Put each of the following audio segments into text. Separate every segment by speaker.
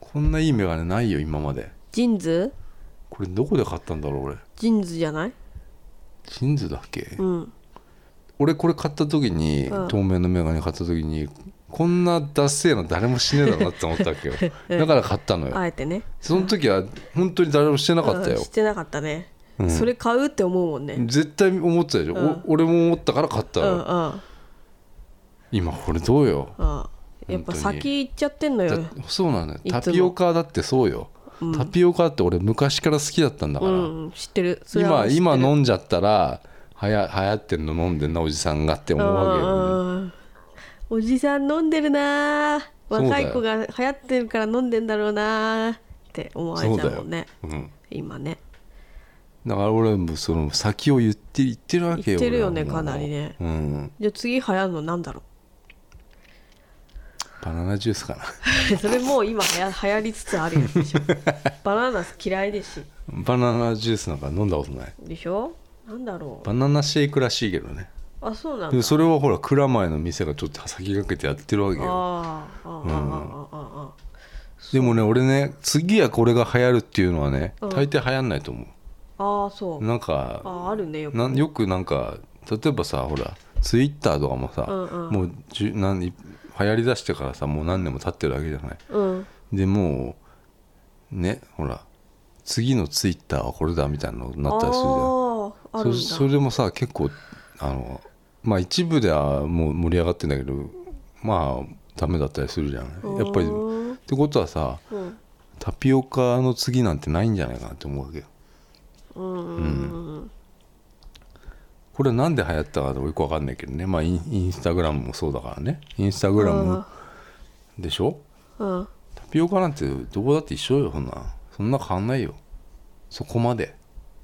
Speaker 1: こんないいメガネないよ今まで
Speaker 2: ジンズ
Speaker 1: これどこで買ったんだろう俺
Speaker 2: ジンズじゃない
Speaker 1: ジンズだっけ
Speaker 2: うん
Speaker 1: 俺これ買った時に、
Speaker 2: うん
Speaker 1: 透明のメガネ買った時にこんなダッセーの誰もしねえだろうなって思ったわけ よ
Speaker 2: うん
Speaker 1: だから買ったのよ
Speaker 2: あえてね
Speaker 1: その時は本当に誰もしてなかった
Speaker 2: う
Speaker 1: よ
Speaker 2: ん、してなかったね、
Speaker 1: うん
Speaker 2: それ買うって思うもんね
Speaker 1: 絶対思ってたでしょ、
Speaker 2: うん
Speaker 1: お俺も思ったから買った
Speaker 2: うん
Speaker 1: の
Speaker 2: う
Speaker 1: よ、
Speaker 2: んうん
Speaker 1: 今これどうよ
Speaker 2: やっ
Speaker 1: 本当
Speaker 2: ぱ
Speaker 1: に
Speaker 2: 先行っちゃってんの
Speaker 1: だ
Speaker 2: よ
Speaker 1: そうなのよ
Speaker 2: いつも
Speaker 1: タピオカだってそうよ、
Speaker 2: うん
Speaker 1: タピオカって俺昔から好きだったんだか
Speaker 2: う
Speaker 1: ら、
Speaker 2: んうん知ってるそれは
Speaker 1: 今今
Speaker 2: 知っ
Speaker 1: 飲んじゃったらはや流行ってんの飲んでんなおじさんがって
Speaker 2: て
Speaker 1: 思
Speaker 2: る
Speaker 1: うわけよ、ね、
Speaker 2: うんおじさん飲んでるなー
Speaker 1: そうだよ
Speaker 2: 若い子が流行ってるから飲んでんだろうなーって思われちゃうもんね
Speaker 1: うん、
Speaker 2: 今ね
Speaker 1: だから俺もその先を言って言ってるわけよ
Speaker 2: 言ってるよね
Speaker 1: 俺はもう
Speaker 2: かなりね
Speaker 1: うん
Speaker 2: じゃあ次流行るのなんだろ
Speaker 1: バナナジュースかな
Speaker 2: う それもう今はや流行りつつあるやつでしょバナナ嫌いですし
Speaker 1: バナナジュースなんか飲んだことない
Speaker 2: でしょなんだろう
Speaker 1: バナナシェイクらしいけどね
Speaker 2: あそうなん
Speaker 1: で
Speaker 2: だ
Speaker 1: もそれはほら蔵前の店がちょっと先駆けてやってるわけよ
Speaker 2: あーあーあーあーあーあー
Speaker 1: でもね俺ね次はこれが流行るっていうのはね、
Speaker 2: うん
Speaker 1: 大抵流行んないと思
Speaker 2: ああそうう
Speaker 1: なんか
Speaker 2: ああるねよく
Speaker 1: なんよくなんか例えばさほらツイッターとかもさ、
Speaker 2: うんうん
Speaker 1: もうじゅなん流行りだしてからさもう何年も経ってるわけじゃない
Speaker 2: うん
Speaker 1: でもうねほら次のツイッターはこれだみたいなのになったりするじゃん
Speaker 2: あーあるんだ
Speaker 1: そそれもさ結構あのまあ一部ではもう盛り上がってんだけどまあダメだったりするじゃんやっぱり
Speaker 2: う
Speaker 1: っ
Speaker 2: ーん
Speaker 1: てことはさ
Speaker 2: うん
Speaker 1: タピオカの次なんてないんじゃないかなって思うわけよ
Speaker 2: うんうん
Speaker 1: これなんで流行ったかよくわかんないけどねまあインインスタグラムもそうだからねインスタグラムでしょ
Speaker 2: うん
Speaker 1: タピオカなんてどこだって一緒よそんなそんな変わんないよそこまで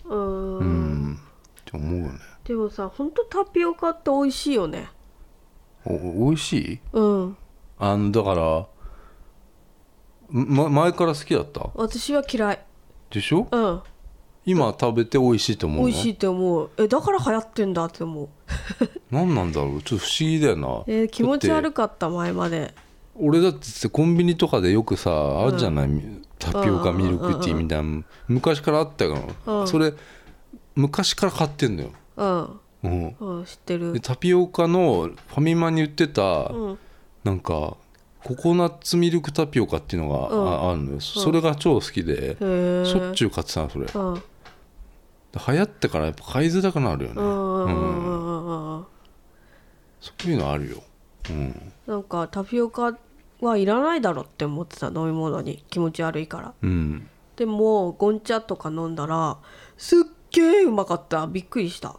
Speaker 2: うん
Speaker 1: う
Speaker 2: うん
Speaker 1: んって思うよね
Speaker 2: でもさほんとタピオカって美味しいよね
Speaker 1: おおいしい
Speaker 2: うん
Speaker 1: あのだからま前から好きだった
Speaker 2: 私は嫌い
Speaker 1: でしょ
Speaker 2: うん
Speaker 1: 今食べて美味しいと思う
Speaker 2: 美
Speaker 1: の
Speaker 2: 味しいって思うえだから流行ってんだって思う
Speaker 1: 何なんだろうちょっと不思議だよな
Speaker 2: えー気持ち
Speaker 1: だって
Speaker 2: 悪かった前まで
Speaker 1: 俺だってさコンビニとかでよくさあるじゃない、タピオカミルクティーみたいな昔からあったよ、
Speaker 2: うん
Speaker 1: それ昔から買ってんのよ、
Speaker 2: うん
Speaker 1: うん、
Speaker 2: うん知って
Speaker 1: で
Speaker 2: る
Speaker 1: タピオカのファミマに売ってた、
Speaker 2: うん
Speaker 1: なんかココナッツミルクタピオカっていうのがあ,、あるのよそれが超好きで、
Speaker 2: へえ
Speaker 1: しょっち
Speaker 2: ゅ
Speaker 1: ゅう買ってたのそれ
Speaker 2: ううん
Speaker 1: 流行ってからやっぱ買いづらくなるよね、
Speaker 2: うんうん
Speaker 1: う
Speaker 2: うん
Speaker 1: ん
Speaker 2: うんうんうん
Speaker 1: そういうのあるよ、うん
Speaker 2: なんかタピオカはいらないだろって思ってた飲み物に気持ち悪いから
Speaker 1: うん、
Speaker 2: でもゴンチャとか飲んだらすっげえうまかったびっくりした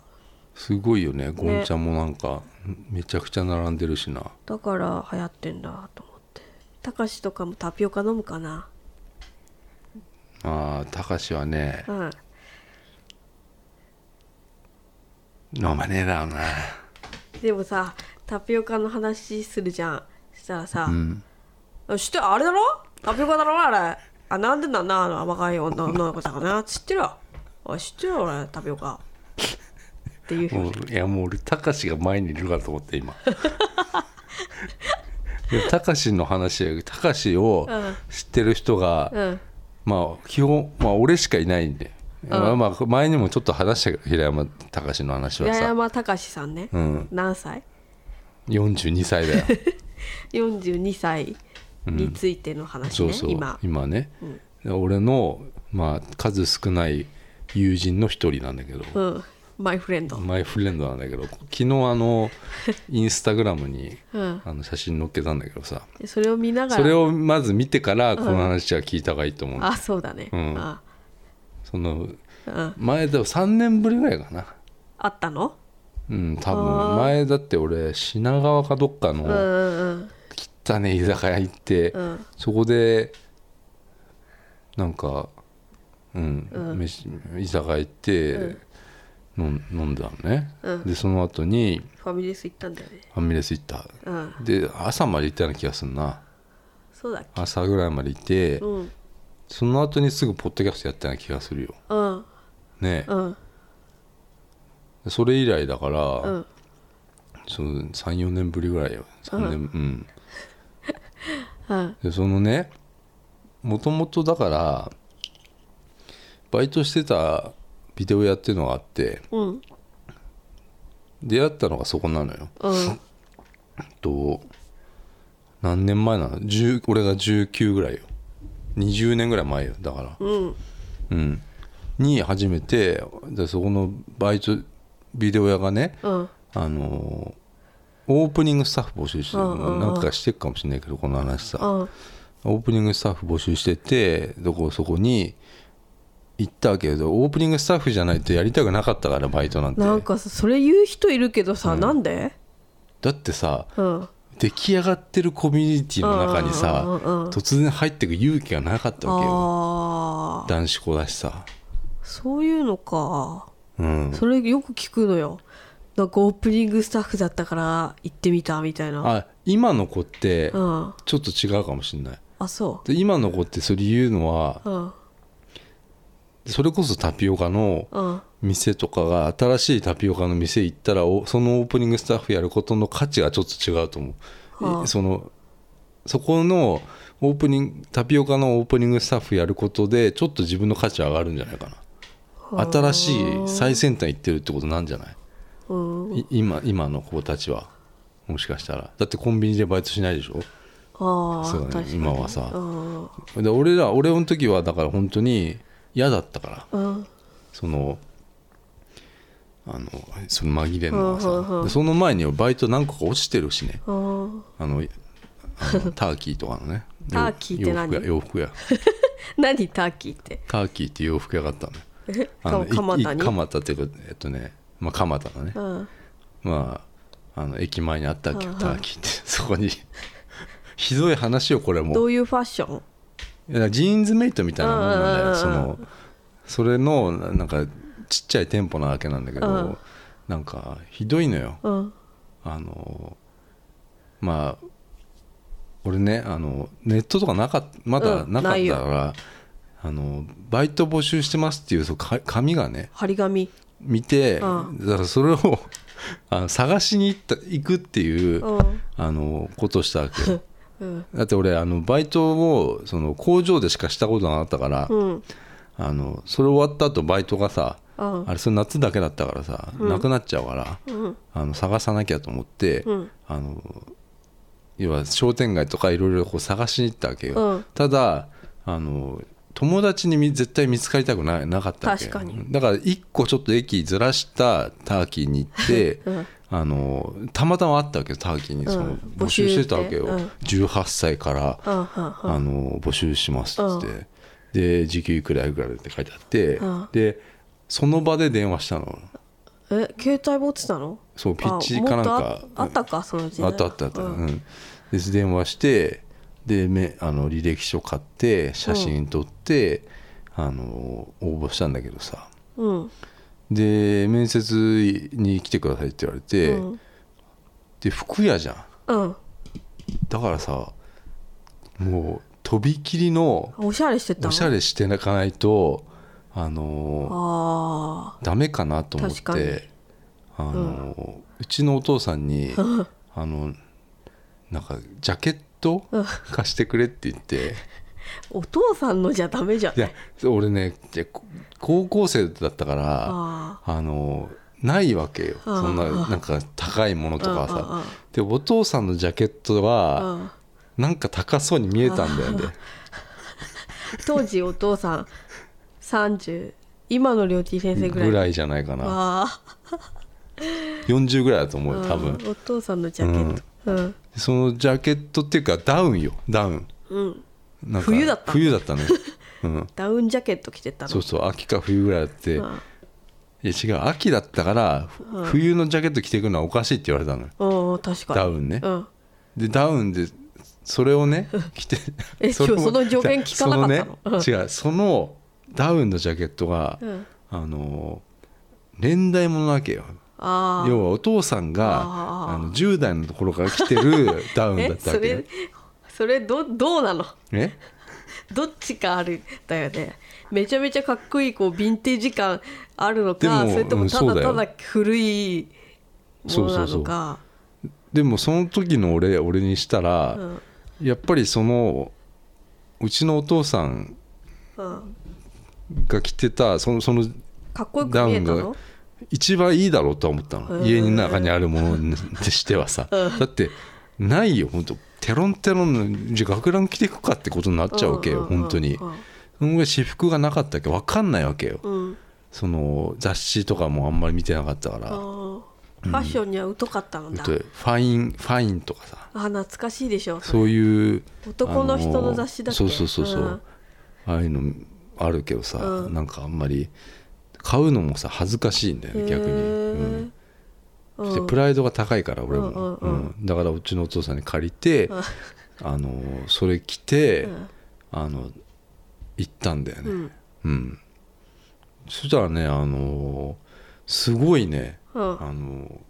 Speaker 1: すごいよねゴンちゃんもなんかめちゃくちゃ並んでるしな
Speaker 2: だから流行ってんだと思ってたかしとかもタピオカ飲むかな
Speaker 1: あーたかしはね
Speaker 2: うん
Speaker 1: 飲まねえだろうな
Speaker 2: でもさタピオカの話するじゃんしたらさ
Speaker 1: う、ん
Speaker 2: あ知ってるあれだろタピオカだろあれあなんでなんだあの若い女女の子だかな知ってるわあ知ってるよ俺タピオカっていうふうに
Speaker 1: もういやもう俺たかしが前にいるかと思って 今いやたかしの話やけどたかしを
Speaker 2: うん
Speaker 1: 知ってる人が、
Speaker 2: うん
Speaker 1: まあ基本、まあ、俺しかいないんで、まあまあ前にもちょっと話したけど平山たかしの話は
Speaker 2: 八重
Speaker 1: さ、
Speaker 2: 山隆さんね、
Speaker 1: うん、
Speaker 2: 何歳
Speaker 1: 42歳 だよ
Speaker 2: 42歳についての話
Speaker 1: そ
Speaker 2: ね、
Speaker 1: うそう
Speaker 2: 今
Speaker 1: ね、俺の、まあ、数少ない友人の一人なんだけど、
Speaker 2: うんマイフレンド
Speaker 1: マイフレンドなんだけど昨日あの インスタグラムに
Speaker 2: うん
Speaker 1: あの写真載っけたんだけどさ
Speaker 2: でそれを見ながら
Speaker 1: それをまず見てからこの話は聞いた方がいいと思う、
Speaker 2: あそうだね、
Speaker 1: うん
Speaker 2: あ
Speaker 1: その
Speaker 2: うん
Speaker 1: 前でも3年ぶりぐらいかな
Speaker 2: あったの
Speaker 1: うん多
Speaker 2: あー
Speaker 1: 分前だって俺品川かどっか
Speaker 2: う
Speaker 1: の
Speaker 2: んうん
Speaker 1: 汚ね居酒屋行って、
Speaker 2: うん
Speaker 1: そこでなんかうん、
Speaker 2: うん
Speaker 1: 飯居酒屋行って、飲ん飲んだのね、
Speaker 2: うん
Speaker 1: でその後に
Speaker 2: ファミレス行ったんだよね
Speaker 1: ファミレス行った
Speaker 2: うん
Speaker 1: で朝まで行ったような気がするな
Speaker 2: そうだっ
Speaker 1: 朝ぐらいまで行って、
Speaker 2: けうん
Speaker 1: その後にすぐポッドキャストやったような気がするよ
Speaker 2: うん
Speaker 1: ね、
Speaker 2: うん
Speaker 1: それ以来だから、
Speaker 2: うん
Speaker 1: その34年ぶりぐらいよ3年うん、
Speaker 2: うん
Speaker 1: でそのねもともとだからバイトしてたビデオ屋っていうのがあって
Speaker 2: うん
Speaker 1: 出会ったのがそこなのよ
Speaker 2: うん
Speaker 1: えっと何年前なの10俺が19ぐらいよ20年ぐらい前よだから
Speaker 2: うん
Speaker 1: うんに初めてでそこのバイトビデオ屋がね
Speaker 2: うん
Speaker 1: あのーオープニングスタッフ募集してる
Speaker 2: うんうんうん
Speaker 1: なんかしてるかもしれないけどこの話さ
Speaker 2: うん
Speaker 1: オープニングスタッフ募集しててどこそこに行ったけどオープニングスタッフじゃないとやりたくなかったからバイトなんて
Speaker 2: なんかさそれ言う人いるけどさ、なんで
Speaker 1: だってさ
Speaker 2: うん
Speaker 1: 出来上がってるコミュニティの中にさ
Speaker 2: うんうんうんうん
Speaker 1: 突然入ってく勇気がなかったわけよ
Speaker 2: ああ
Speaker 1: 男子校だしさ
Speaker 2: そういうのか
Speaker 1: うん
Speaker 2: それよく聞くのよなんかオープニングスタッフだったから行ってみたみたいな
Speaker 1: あ今の子って
Speaker 2: うん
Speaker 1: ちょっと違うかもしれない
Speaker 2: あそ
Speaker 1: で今の子ってそれ言うのは
Speaker 2: ううん
Speaker 1: それこそタピオカの
Speaker 2: うん
Speaker 1: 店とかが新しいタピオカの店行ったらおそのオープニングスタッフやることの価値がちょっと違うと思う、
Speaker 2: はあ
Speaker 1: えそのそこのオープニングタピオカのオープニングスタッフやることでちょっと自分の価値上がるんじゃないかな新しい最先端行ってるってことなんじゃない
Speaker 2: うん
Speaker 1: い今今の子たちはもしかしたらだってコンビニでバイトしないでしょ
Speaker 2: ああ
Speaker 1: そうだね今はさ
Speaker 2: うん
Speaker 1: で俺ら俺の時はだから本当に嫌だったから
Speaker 2: うん
Speaker 1: そのあのその紛れるのが
Speaker 2: うんうんう
Speaker 1: さ
Speaker 2: ん
Speaker 1: でその前にバイト何個か落ちてるしね
Speaker 2: うん
Speaker 1: あのあ のターキーとかのね
Speaker 2: ターキーって何
Speaker 1: 洋服屋洋服屋
Speaker 2: 何ターキーって
Speaker 1: ターキーっていう洋服屋があったのよ
Speaker 2: え
Speaker 1: あの
Speaker 2: か
Speaker 1: い
Speaker 2: 蒲田
Speaker 1: い
Speaker 2: に
Speaker 1: 蒲田っていうかえっとねまあ蒲田のね
Speaker 2: うん
Speaker 1: まああの駅前にあったわけよ
Speaker 2: うんうん
Speaker 1: ターキーって そこにひどい話よこれも
Speaker 2: どういうファッション
Speaker 1: いやジーンズメイトみたいなもんなんだ
Speaker 2: うんうんうんう
Speaker 1: よ
Speaker 2: ん
Speaker 1: そのそれのななんかちっちゃい店舗なわけなんだけど、
Speaker 2: うん
Speaker 1: なんかひどいのよ
Speaker 2: うん
Speaker 1: あのまあ俺ねあのネットとかなかっまだ
Speaker 2: うん
Speaker 1: なか
Speaker 2: な
Speaker 1: っ
Speaker 2: い
Speaker 1: た
Speaker 2: よ
Speaker 1: から、あのバイト募集してますっていうそうか紙がね
Speaker 2: 張り紙
Speaker 1: 見て、
Speaker 2: う
Speaker 1: だからそれをあの探しに行った行くっていう、
Speaker 2: うん
Speaker 1: あのことをしたわけよ
Speaker 2: うん
Speaker 1: だって俺あのバイトをその工場でしかしたことなかったから、
Speaker 2: うん
Speaker 1: あのそれ終わった後バイトがさ
Speaker 2: うん
Speaker 1: あれそれ夏だけだったからさ、なくなっちゃうから、
Speaker 2: うん
Speaker 1: あの探さなきゃと思って、
Speaker 2: うん
Speaker 1: あの要は商店街とかいろいろこう探しに行ったわけよ、
Speaker 2: うん
Speaker 1: ただあの友達にみ絶対見つかりたくななかったわけ
Speaker 2: 確かに
Speaker 1: だから一個ちょっと駅ずらしたターキーに行って、
Speaker 2: うん
Speaker 1: あのたまたまあったわけよターキーにその
Speaker 2: うん
Speaker 1: 募集してたわけよ、
Speaker 2: 募集
Speaker 1: 18歳から
Speaker 2: うんうん
Speaker 1: あの募集しますっつって、
Speaker 2: う
Speaker 1: で時給いくらいくらでって書いてあって、
Speaker 2: うん
Speaker 1: でその場で電話したの
Speaker 2: え携帯持ってたの
Speaker 1: そうピッチ
Speaker 2: あ
Speaker 1: かなん
Speaker 2: もっ
Speaker 1: か
Speaker 2: とああったかそのうち
Speaker 1: あったあったあった、
Speaker 2: う
Speaker 1: うんんで電話してでめあの履歴書買って写真撮って、あの応募したんだけどさ
Speaker 2: うん
Speaker 1: で面接に来てくださいって言われて、
Speaker 2: うん
Speaker 1: で服屋じゃん
Speaker 2: うん
Speaker 1: だからさもうとびきりの
Speaker 2: おしゃれしてたの
Speaker 1: おしゃれしていかないとあの
Speaker 2: あ
Speaker 1: ダメかなと思っ
Speaker 2: 確かに
Speaker 1: てあの、うちのお父さんにあのなんかジャケット
Speaker 2: うん
Speaker 1: 貸してくれって言 って
Speaker 2: あお父さんのじゃダメじゃん
Speaker 1: いや俺ねいやこ高校生だったからあ
Speaker 2: あ
Speaker 1: のないわけよ
Speaker 2: うん
Speaker 1: そんな
Speaker 2: うん
Speaker 1: なんか高いもの
Speaker 2: あ
Speaker 1: とか
Speaker 2: うんうん
Speaker 1: さでお父さんのジャケットは
Speaker 2: うんうん
Speaker 1: なんか高そうに見えたんだよね
Speaker 2: 当時お父さん30今の料理先生ぐらい
Speaker 1: ぐらいじゃないかな
Speaker 2: あ
Speaker 1: 40ぐらいだと思う
Speaker 2: あ
Speaker 1: よ多分
Speaker 2: お父さんのジャケットうん、
Speaker 1: そのジャケットっていうかダウンよダウン
Speaker 2: うん、
Speaker 1: なんか
Speaker 2: 冬だった
Speaker 1: 冬だ ったね、うん、
Speaker 2: ダウンジャケット着てたの
Speaker 1: そうそう秋か冬ぐらいあって、
Speaker 2: うん
Speaker 1: いや違う秋だったから、ふ冬のジャケット着てくるのはおかしいって言われたのよ
Speaker 2: うんうん確かに
Speaker 1: ダウンね、
Speaker 2: うん
Speaker 1: でダウンでそれをね着て
Speaker 2: え
Speaker 1: れも
Speaker 2: 今日その条件聞かなかったの
Speaker 1: そね違うそのダウンのジャケットが、
Speaker 2: うん
Speaker 1: あの年代ものなわけよ
Speaker 2: ああ
Speaker 1: 要はお父さんが
Speaker 2: あー
Speaker 1: あの10代のところから着てるダウンだ
Speaker 2: え
Speaker 1: った
Speaker 2: そ
Speaker 1: わけよ
Speaker 2: れそれどどうなの
Speaker 1: え
Speaker 2: どっちかあるだよねめちゃめちゃかっこいいこうヴィンテージ感あるの
Speaker 1: で
Speaker 2: か
Speaker 1: も
Speaker 2: それともた
Speaker 1: うんそう
Speaker 2: だ
Speaker 1: だよ
Speaker 2: ただ古いもの
Speaker 1: そう
Speaker 2: な
Speaker 1: そうそ
Speaker 2: の
Speaker 1: う
Speaker 2: か
Speaker 1: でもその時の俺俺にしたら、
Speaker 2: うん
Speaker 1: やっぱりそのうちのお父さん
Speaker 2: うん、
Speaker 1: が着てたそのその
Speaker 2: かっこよく見えた
Speaker 1: ダウン
Speaker 2: の
Speaker 1: が一番いいだろうとは思った
Speaker 2: う
Speaker 1: の
Speaker 2: ん
Speaker 1: 家の中にあるものににしてはさ
Speaker 2: うん
Speaker 1: だってないよ本当テロンテロンのじゃあ学ラン着ていくかってことになっちゃうわけよ本当にその上私服がなかったわけ分かんないわけよ
Speaker 2: うん、うん
Speaker 1: その雑誌とかもあんまり見てなかったか
Speaker 2: あ
Speaker 1: ら
Speaker 2: ーファッションには疎かったのだ、
Speaker 1: えっとファインファインとかさ
Speaker 2: あ懐かしいでしょ
Speaker 1: そういう
Speaker 2: 男の人の雑誌だっけ
Speaker 1: あのそうそうそうそう、
Speaker 2: うん
Speaker 1: ああいうのあるけどさ、
Speaker 2: うん
Speaker 1: なんかあんまり買うのもさ恥ずかしいんだよね逆に、うんそ
Speaker 2: う
Speaker 1: して
Speaker 2: ん
Speaker 1: プライドが高いから俺も、
Speaker 2: うんうんうん
Speaker 1: だからうちのお父さんに借りて、
Speaker 2: うん
Speaker 1: あのそれ着て、
Speaker 2: うん
Speaker 1: あの行ったんだよね
Speaker 2: う
Speaker 1: うん、
Speaker 2: ん
Speaker 1: そしたらねあのすごいね
Speaker 2: うん
Speaker 1: あの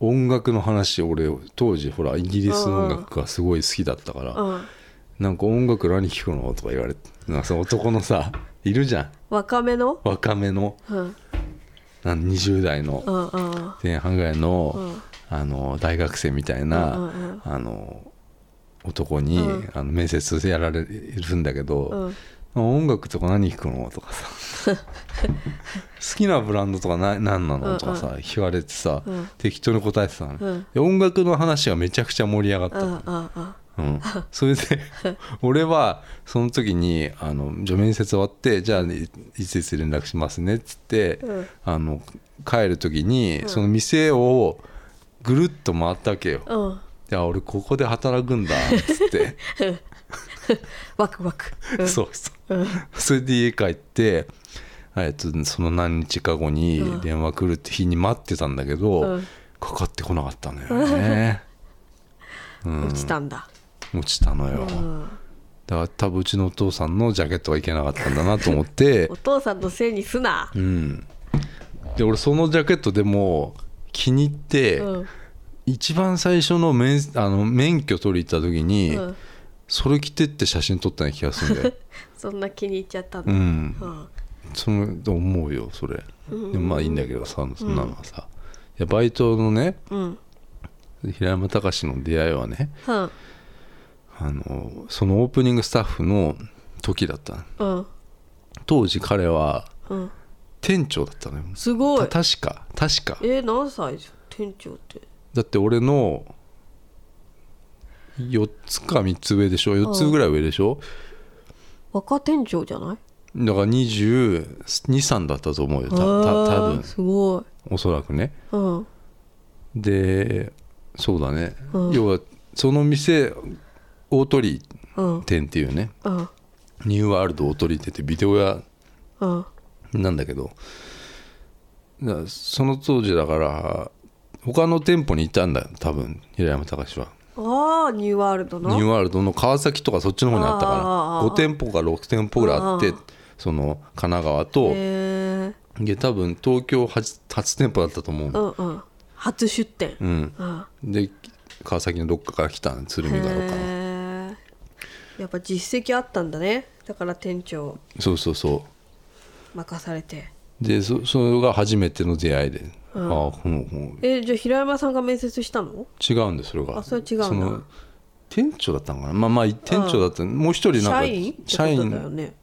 Speaker 1: 音楽の話俺当時ほらイギリスの音楽がすごい好きだったから、
Speaker 2: うん
Speaker 1: なんか音楽何聴くのとか言われてなんかその男のさいるじゃん
Speaker 2: 若めの
Speaker 1: 若めの
Speaker 2: うん
Speaker 1: なん20代の
Speaker 2: うんうん
Speaker 1: 前半ぐらいの,、
Speaker 2: うん
Speaker 1: あの大学生みたいな、
Speaker 2: うんうんうん
Speaker 1: あの男に、
Speaker 2: うん
Speaker 1: あの面接やられるんだけ
Speaker 2: う
Speaker 1: ど、
Speaker 2: ん
Speaker 1: 音楽とか何聴くのとかさ 好きなブランドとかな何なのとかさ、言われてさ、
Speaker 2: うん
Speaker 1: 適当に答えてたの、
Speaker 2: うん
Speaker 1: で音楽の話がめちゃくちゃ盛り上がった
Speaker 2: う
Speaker 1: の
Speaker 2: んうんう
Speaker 1: う
Speaker 2: ん
Speaker 1: ん、それで 俺はその時にあのじゃあ面接終わってじゃあいいついつ連絡しますねっつって、
Speaker 2: うん
Speaker 1: あの帰る時に、その店をぐるっと回ったわけよ。
Speaker 2: うん
Speaker 1: であ俺ここで働くんだっつって、
Speaker 2: ワクワクうん
Speaker 1: そうそう、
Speaker 2: うん
Speaker 1: それで家帰って、えっと、その何日か後に電話来るって日に待ってたんだけど、
Speaker 2: うん
Speaker 1: かかってこなかったのよ ね。うん
Speaker 2: 落ちたんだ
Speaker 1: 落ちたのよ。
Speaker 2: うん
Speaker 1: だから多分うちのお父さんのジャケットはいけなかったんだなと思って
Speaker 2: お父さんのせいにすな
Speaker 1: うんで俺そのジャケットでも気に入って、
Speaker 2: うん
Speaker 1: 一番最初の免あの免許取り行った時に、
Speaker 2: うん
Speaker 1: それ着てって写真撮ったような気がするん だよ
Speaker 2: そんな気に入っちゃったん
Speaker 1: う
Speaker 2: だ
Speaker 1: ん
Speaker 2: うん
Speaker 1: その思うよそれでもまあいいんだけどさそんなのはさ、いやバイトのね
Speaker 2: うん
Speaker 1: 平山隆の出会いはね
Speaker 2: うん
Speaker 1: あのそのオープニングスタッフの時だったの
Speaker 2: うん
Speaker 1: 当時彼は
Speaker 2: うん
Speaker 1: 店長だったのよ
Speaker 2: すごい
Speaker 1: た確か確か
Speaker 2: えー何歳じゃん店長って
Speaker 1: だって俺の4つか3つ上でしょ4つぐらい上でしょ
Speaker 2: 若店長じゃない
Speaker 1: だから223だったと思うよたた多
Speaker 2: あー
Speaker 1: 分
Speaker 2: すごい
Speaker 1: おそらくね
Speaker 2: うん
Speaker 1: でそうだね、
Speaker 2: うん
Speaker 1: 要はその店大鳥
Speaker 2: うん
Speaker 1: 店っていうね
Speaker 2: うん
Speaker 1: ニューワールド大鳥店ってビデオ屋
Speaker 2: うん
Speaker 1: なんだけどだからその当時だから他の店舗にいたんだよ多分平山隆は
Speaker 2: ああニューワールドの
Speaker 1: ニューワールドの川崎とかそっちの方にあった
Speaker 2: ああああ
Speaker 1: から5店舗か6店舗ぐらいあっ
Speaker 2: あ
Speaker 1: て
Speaker 2: あ
Speaker 1: その神奈川と
Speaker 2: へえ
Speaker 1: で多分東京初初店舗だったと思う
Speaker 2: う
Speaker 1: の、
Speaker 2: んうん初出店
Speaker 1: うん、
Speaker 2: うん
Speaker 1: で川崎のどっかから来たの鶴見かどっかの
Speaker 2: へえやっぱ実績あったんだねだから店長
Speaker 1: そうそうそ
Speaker 2: 任されて
Speaker 1: うでそそれが初めての出会いで、ああほんほん
Speaker 2: えじゃあ平山さんが面接したの
Speaker 1: 違うんですそれが
Speaker 2: あそれは違うんだ
Speaker 1: の店長だったのかなまあまあ店長だったもう一人なんか
Speaker 2: 社員って
Speaker 1: 社
Speaker 2: ことだよ
Speaker 1: 員
Speaker 2: ね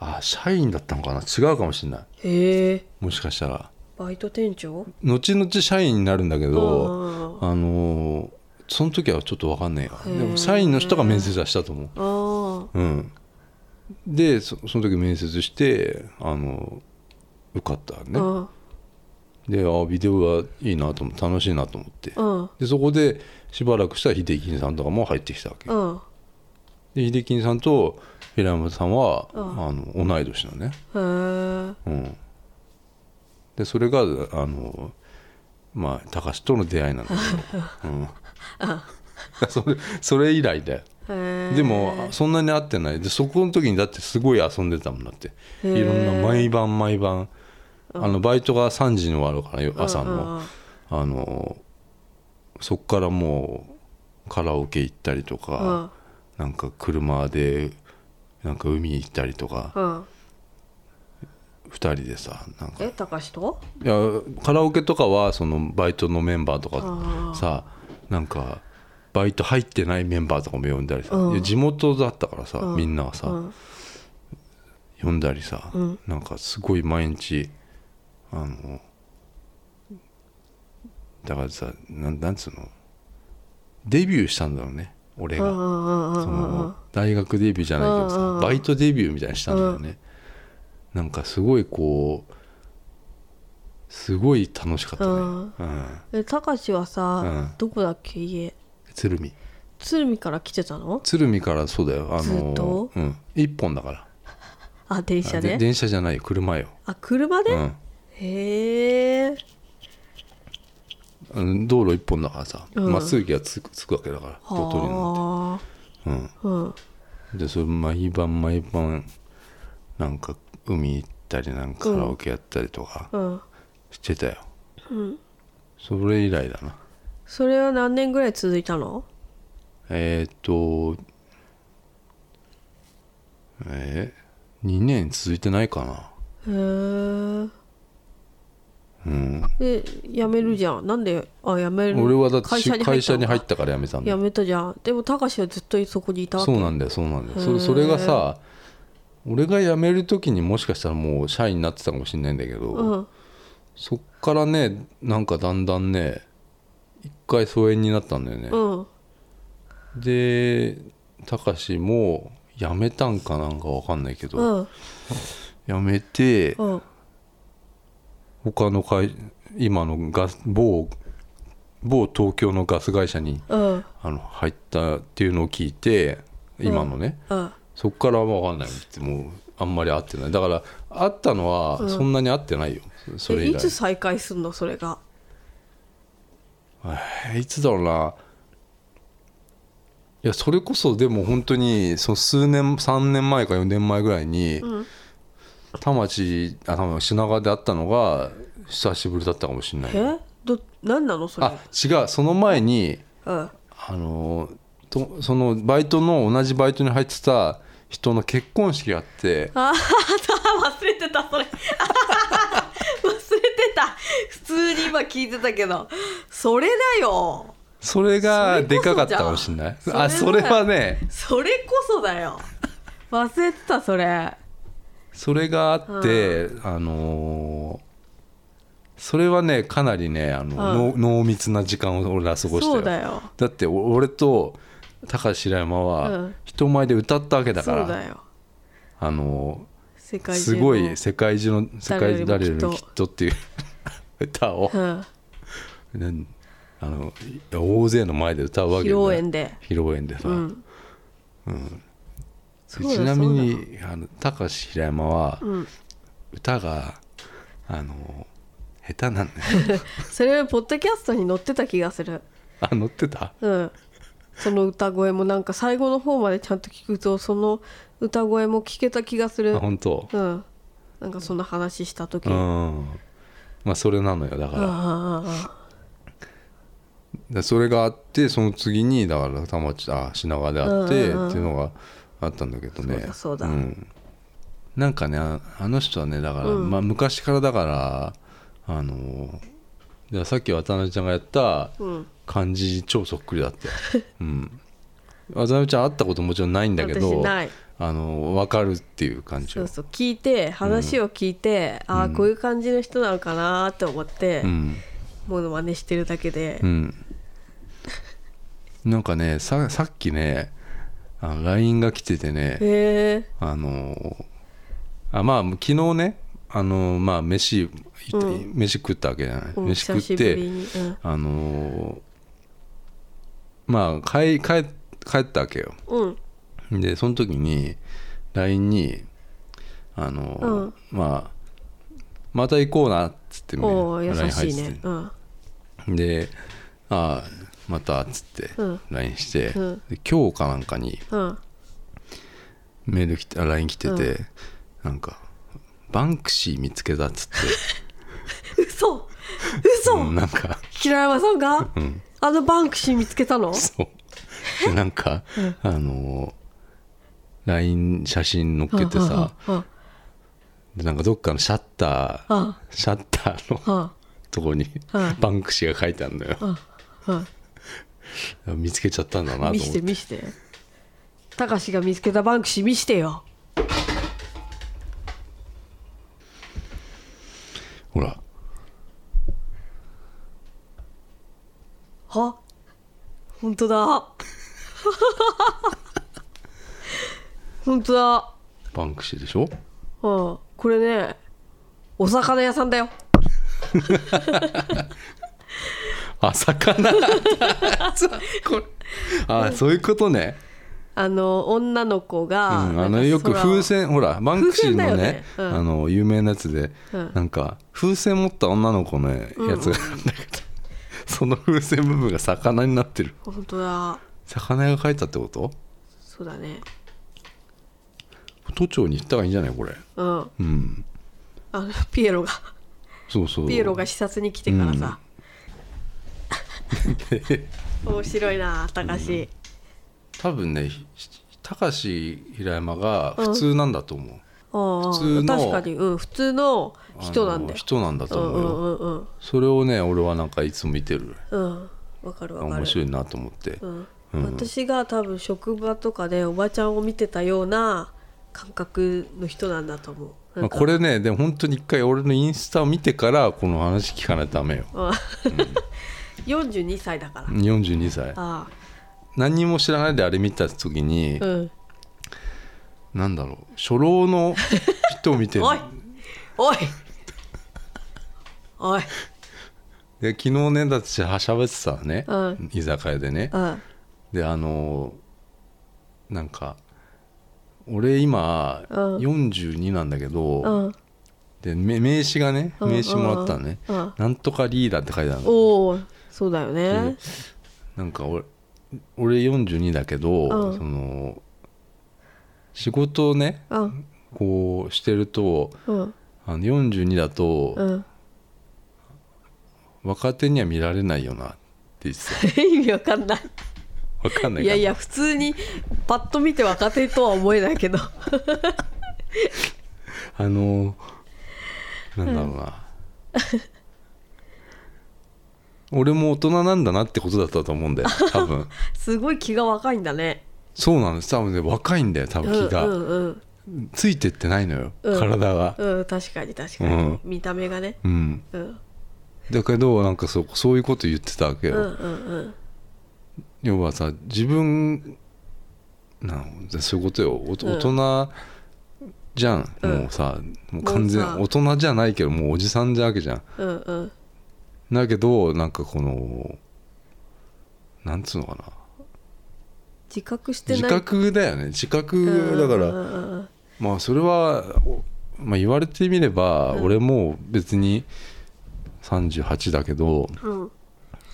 Speaker 1: あ社員だったのかな違うかもしれない
Speaker 2: へえ
Speaker 1: もしかしたら
Speaker 2: バイト店長
Speaker 1: 後々社員になるんだけど、
Speaker 2: あ
Speaker 1: あのーその時はちょっと分かんないよで
Speaker 2: ー
Speaker 1: も社員の人が面接はしたと思う
Speaker 2: あー
Speaker 1: うんでそその時面接してあのー受かった
Speaker 2: う
Speaker 1: ね
Speaker 2: ん
Speaker 1: であビデオがいいなと思って楽しいなと思って
Speaker 2: うん
Speaker 1: でそこでしばらくしたら秀樹さんとかも入ってきたわけ
Speaker 2: うん
Speaker 1: で秀樹さんと平山さんは、
Speaker 2: うん
Speaker 1: あの同い年のね、
Speaker 2: へえ
Speaker 1: うん、でそれがあのまあ高橋との出会いなんだけど、う ん、 それそれ以来だよ
Speaker 2: へえ
Speaker 1: でもそんなに会ってないでそこの時にだってすごい遊んでたもんだって
Speaker 2: へ
Speaker 1: い
Speaker 2: ー
Speaker 1: ろんな毎晩毎晩あのバイトが3時に終わるからよ朝のあのそっからもうカラオケ行ったりと
Speaker 2: うんうん
Speaker 1: かなんか車でなんか海行ったりとか
Speaker 2: うんうん
Speaker 1: 2人でさなんか
Speaker 2: え高志と
Speaker 1: いやカラオケとかはそのバイトのメンバーとか
Speaker 2: あ
Speaker 1: さなんかバイト入ってないメンバーとかも呼んだりさ、
Speaker 2: うん
Speaker 1: いや地元だったからさ、
Speaker 2: うん
Speaker 1: みんなはさ、
Speaker 2: うん
Speaker 1: 呼んだりさ、
Speaker 2: うん
Speaker 1: なんかすごい毎日あのだからさなんなんつうのデビューしたんだろうね俺
Speaker 2: う
Speaker 1: が、
Speaker 2: んうんうん
Speaker 1: そ
Speaker 2: うんうん
Speaker 1: の大学デビューじゃないけど
Speaker 2: うんうんう
Speaker 1: さ
Speaker 2: ん
Speaker 1: バイトデビューみたいにしたんだよね、なんかすごいこうすごい楽しかったね、う
Speaker 2: うんんえたかしはさ、
Speaker 1: うん
Speaker 2: どこだっけ家
Speaker 1: 鶴見
Speaker 2: 鶴見から来てたの
Speaker 1: 鶴見からそうだよあ
Speaker 2: ずっ
Speaker 1: の
Speaker 2: と、
Speaker 1: うん、一本だから
Speaker 2: あ電車で
Speaker 1: あで電車じゃないよ車よ、
Speaker 2: あ車で、
Speaker 1: うん
Speaker 2: へえ
Speaker 1: あの、道路一本だからさ
Speaker 2: うん
Speaker 1: ま、っすぐ行きゃつくつくわけだから大通りなんて
Speaker 2: は
Speaker 1: うん
Speaker 2: あうん
Speaker 1: でそれ毎晩毎晩なんか海行ったりなんかカラオケやったりとか
Speaker 2: うん
Speaker 1: してたよ、それ以来だな
Speaker 2: それは何年ぐらい続いたの
Speaker 1: えーっとえー、2年続いてないかな
Speaker 2: へえ
Speaker 1: うん
Speaker 2: で辞めるじゃんなんであ辞める
Speaker 1: 俺はだって
Speaker 2: 会
Speaker 1: し
Speaker 2: 社に入
Speaker 1: 会
Speaker 2: った
Speaker 1: 社
Speaker 2: の
Speaker 1: に入ったから辞めたんだ
Speaker 2: 辞
Speaker 1: よ
Speaker 2: めたじゃんでもたかしはずっとそこにいたわけ
Speaker 1: そうなんだよそうなんだよそ
Speaker 2: へ
Speaker 1: れ
Speaker 2: ー
Speaker 1: それがさ俺が辞める時にもしかしたらもう社員になってたかもしれないんだけど、
Speaker 2: うん
Speaker 1: そっからねなんかだんだんね一回疎遠になったんだよね、
Speaker 2: うん
Speaker 1: でたかしも辞めたんかなんかわかんないけ
Speaker 2: う
Speaker 1: ど、
Speaker 2: ん
Speaker 1: 辞めて
Speaker 2: うん
Speaker 1: 他の会今のガス某某東京のガス会社に
Speaker 2: うん
Speaker 1: あの入ったっていうのを聞いて今のね、
Speaker 2: うん
Speaker 1: そっからは分かんないってもうあんまり会ってないだから会ったのはそんなに会ってないよ、それ
Speaker 2: え
Speaker 1: 以
Speaker 2: いつ
Speaker 1: 来
Speaker 2: 再開すんのそれが
Speaker 1: えーいつだろうないやそれこそでも本当にそう数年3年前か4年前ぐらいに、
Speaker 2: うん
Speaker 1: 田町あ田町品川で会ったのが久しぶりだったかもしれない
Speaker 2: えど何なのそれ
Speaker 1: あ違うその前に
Speaker 2: うん
Speaker 1: あのとそのバイトの同じバイトに入ってた人の結婚式があって
Speaker 2: ああ忘れてたそれ 忘れてた普通に今聞いてたけどそれだよ
Speaker 1: それが
Speaker 2: それ
Speaker 1: で
Speaker 2: こそじ
Speaker 1: か
Speaker 2: ゃん
Speaker 1: かったかもしれない
Speaker 2: それ
Speaker 1: あ
Speaker 2: は
Speaker 1: それはね
Speaker 2: それこそだよ忘れてたそれ
Speaker 1: それがあって、あのーそれはねかなりねあの、の
Speaker 2: う
Speaker 1: 濃密な時間を俺は過ごしたよ
Speaker 2: そうだよ
Speaker 1: だってお俺と高橋白山
Speaker 2: う
Speaker 1: は
Speaker 2: ん
Speaker 1: 人前で歌ったわけだか
Speaker 2: そ
Speaker 1: ら、
Speaker 2: うだよ
Speaker 1: あの
Speaker 2: 世界
Speaker 1: ー
Speaker 2: 中の
Speaker 1: すごい世界中の世界中誰
Speaker 2: 誰
Speaker 1: より
Speaker 2: より
Speaker 1: も
Speaker 2: も
Speaker 1: き
Speaker 2: きっと
Speaker 1: っとっていう歌を、
Speaker 2: うん
Speaker 1: ねあの大勢の前で歌うわ
Speaker 2: 披
Speaker 1: けだよ
Speaker 2: 露宴で
Speaker 1: 披露宴でさ、
Speaker 2: うんそうだ
Speaker 1: ちなみ
Speaker 2: そう
Speaker 1: にあの高橋平山は
Speaker 2: うん
Speaker 1: 歌が、あのー下手なんだよ
Speaker 2: それポッドキャストに載ってた気がする
Speaker 1: あ乗ってた
Speaker 2: うんその歌声もなんか最後の方までちゃんと聞くとその歌声も聞けた気がす
Speaker 1: あ
Speaker 2: る
Speaker 1: 本当
Speaker 2: うんなんかそんな話した時
Speaker 1: う
Speaker 2: にうん
Speaker 1: んまあそれなのよだから,、
Speaker 2: うんうんうん
Speaker 1: それがあってその次にだから田町あ品川であって、
Speaker 2: うんうんうん
Speaker 1: っていうのがあったんだけどね
Speaker 2: そうだそうだ
Speaker 1: ん、なんかねああの人はねだから、
Speaker 2: うん
Speaker 1: まあ、昔からだからあのだからさっき渡辺ちゃんがやった
Speaker 2: うん
Speaker 1: 感じ超そっくりだったよ、 うん、渡辺ちゃん会ったこともちろんないんだけ
Speaker 2: 私
Speaker 1: ど
Speaker 2: ない
Speaker 1: あの分かるっていう感じ
Speaker 2: そ
Speaker 1: よ
Speaker 2: うそう聞いて話を聞いて、ああこういう感じの人なのかなって思って、
Speaker 1: うん
Speaker 2: もの真似してるだけで
Speaker 1: う、ん、なんかねささっきねあの LINE が来ててね
Speaker 2: へえ
Speaker 1: あのーあまあ昨日ねあのーまあ飯、
Speaker 2: うん
Speaker 1: 飯食ったわけじゃない、
Speaker 2: うん
Speaker 1: 飯
Speaker 2: 久
Speaker 1: 食
Speaker 2: し
Speaker 1: っ
Speaker 2: ぶり
Speaker 1: て
Speaker 2: に、うん
Speaker 1: あのーまあ帰帰帰ったわけよ
Speaker 2: うん
Speaker 1: でその時に LINE にあのー、
Speaker 2: うん
Speaker 1: まあまた行こうなっつってね
Speaker 2: おお優
Speaker 1: LINE
Speaker 2: し
Speaker 1: 入
Speaker 2: い
Speaker 1: ってて
Speaker 2: ねうん
Speaker 1: で「ああまた」っつって
Speaker 2: うん
Speaker 1: LINE して、
Speaker 2: うん
Speaker 1: で今日かなんかに
Speaker 2: うん
Speaker 1: メール来てあ LINE 来てて、
Speaker 2: う
Speaker 1: なんか「バンクシー見つけた」っつ って
Speaker 2: 嘘嘘、
Speaker 1: うんなんか
Speaker 2: 平山さんが、
Speaker 1: うん
Speaker 2: あのバンクシー見つけたの
Speaker 1: そうでなんか、 あの LINE 写真載っけてさ、
Speaker 2: うんうん
Speaker 1: でなんかどっかのシャッター、
Speaker 2: うん
Speaker 1: シャッターの
Speaker 2: うん
Speaker 1: とこに
Speaker 2: うん
Speaker 1: バンクシーが書いてあるのよ、
Speaker 2: うんうん
Speaker 1: 見つけちゃったんだなと
Speaker 2: 見
Speaker 1: 思っ
Speaker 2: してて見してたかしが見つけたバンクシー見してよ
Speaker 1: ほら
Speaker 2: は本当だ 本当だ
Speaker 1: バンクシーでしょ
Speaker 2: うんこれねお魚屋さんだよ
Speaker 1: あ魚これあそういうことね、
Speaker 2: あの女の子
Speaker 1: うん
Speaker 2: が、
Speaker 1: あのよく風
Speaker 2: 船
Speaker 1: 船ほらバンクシーのね
Speaker 2: 風船だよねうん
Speaker 1: あの有名なやつで、
Speaker 2: うん
Speaker 1: なんか風船持った女の子のやつがあるんだけど、 その風船部分が魚になってる
Speaker 2: 本当だ
Speaker 1: 魚屋が描いたってこと
Speaker 2: そうだね
Speaker 1: 都庁に行った方がいいんじゃないこれ
Speaker 2: うん
Speaker 1: うん
Speaker 2: あのピエロが
Speaker 1: そうそう
Speaker 2: ピエロが視察に来てからさ、面白いなたかし
Speaker 1: 多分ねひ高橋平山が普通なんだと思う、
Speaker 2: 普
Speaker 1: 普通の
Speaker 2: 確かに、うん、普通の人な
Speaker 1: あ
Speaker 2: んだ
Speaker 1: の
Speaker 2: よ
Speaker 1: 人なんだ
Speaker 2: う
Speaker 1: と
Speaker 2: ん
Speaker 1: 思
Speaker 2: う
Speaker 1: うよ、
Speaker 2: んうんうん
Speaker 1: それをね俺はなんかいつも見てる
Speaker 2: うんわかるわか
Speaker 1: 面
Speaker 2: る
Speaker 1: 白いなと思って、
Speaker 2: うん
Speaker 1: うん
Speaker 2: 私が多分職場とかでおばちゃんを見てたような感覚の人なんだと思う
Speaker 1: ま
Speaker 2: な
Speaker 1: あ、
Speaker 2: んか
Speaker 1: これねでも本当に一回俺のインスタを見てからこの話聞かないとダメよ
Speaker 2: うん42歳だから、
Speaker 1: 42歳
Speaker 2: あ
Speaker 1: 何にも知らないであれ見た時に
Speaker 2: あ、うん
Speaker 1: なんだろう初老の人を見てる
Speaker 2: おいお いおい
Speaker 1: で昨日ねだってしゃべってたのね、
Speaker 2: うん
Speaker 1: 居酒屋でね
Speaker 2: うん
Speaker 1: であのーなんか俺今
Speaker 2: うん
Speaker 1: 42なんだけど、
Speaker 2: うん
Speaker 1: でめ名刺がね
Speaker 2: うん
Speaker 1: 名刺もらったのね、
Speaker 2: うんうん
Speaker 1: なんとかリーダーって書いてあるの
Speaker 2: おおそうだよね
Speaker 1: なんか俺俺42だけど、
Speaker 2: うん
Speaker 1: その仕事をね
Speaker 2: うん
Speaker 1: こうしてると
Speaker 2: うん
Speaker 1: あの42だと、
Speaker 2: うん
Speaker 1: 若手には見られないよなって言って た
Speaker 2: 意味わかんない
Speaker 1: わかんない
Speaker 2: い
Speaker 1: か
Speaker 2: や
Speaker 1: ら
Speaker 2: いや普通にパッと見て若手とは思えないけど
Speaker 1: あのなんだろうな、 俺も大人なんだなってことだったと思うんだよ多 分
Speaker 2: すごい気が若いんだね
Speaker 1: そうなんです多分ね若いんだよ多
Speaker 2: う
Speaker 1: 分
Speaker 2: ん
Speaker 1: 気が、
Speaker 2: うんうん
Speaker 1: ついてってないのよ、
Speaker 2: うん
Speaker 1: 体が
Speaker 2: うん確かに確かに、
Speaker 1: うん
Speaker 2: 見た目がね
Speaker 1: うん
Speaker 2: うん
Speaker 1: だけどなんかそうそういうこと言ってたわけ
Speaker 2: うん
Speaker 1: よ、
Speaker 2: うんうん
Speaker 1: 要はさ自分なんそういうことよおと
Speaker 2: うん
Speaker 1: 大人じゃん、
Speaker 2: うん
Speaker 1: もうさもう完全
Speaker 2: もうさ
Speaker 1: 大人じゃないけどもうおじさんじゃわけじゃん
Speaker 2: うんうん
Speaker 1: だけどなんかこのなんつうのかな
Speaker 2: 自覚してない
Speaker 1: 自覚だよね自覚だから、
Speaker 2: うんうんうん
Speaker 1: まあそれは、おまあ、言われてみれば、
Speaker 2: うん
Speaker 1: 俺も別に38だけど
Speaker 2: うんうん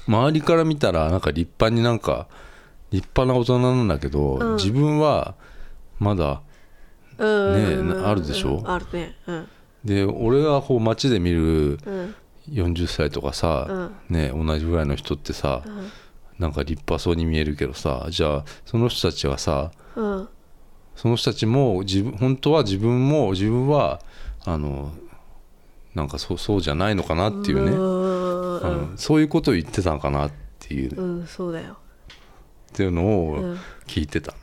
Speaker 1: 周りから見たらなんか立派になんか立派な大人なんだけど、
Speaker 2: うん
Speaker 1: 自分はまだ
Speaker 2: うん
Speaker 1: ねえ
Speaker 2: うんうん
Speaker 1: あるでしょ
Speaker 2: あるねうん
Speaker 1: で俺がこう街で見る
Speaker 2: うん
Speaker 1: 40歳とかさ、ね同じぐらいの人ってさ、
Speaker 2: ん
Speaker 1: なんか立派そうに見えるけどさじゃあその人たちはさ
Speaker 2: うん
Speaker 1: その人たちも自分本当は自分も自分はあのなんかそうそうじゃないのかなっていうね、
Speaker 2: うんう
Speaker 1: あ
Speaker 2: ん
Speaker 1: のそういうことを言ってたのかなっていう、
Speaker 2: う
Speaker 1: っ
Speaker 2: んうんそうだよ
Speaker 1: ていうの
Speaker 2: う
Speaker 1: を
Speaker 2: ん
Speaker 1: 聞いてた、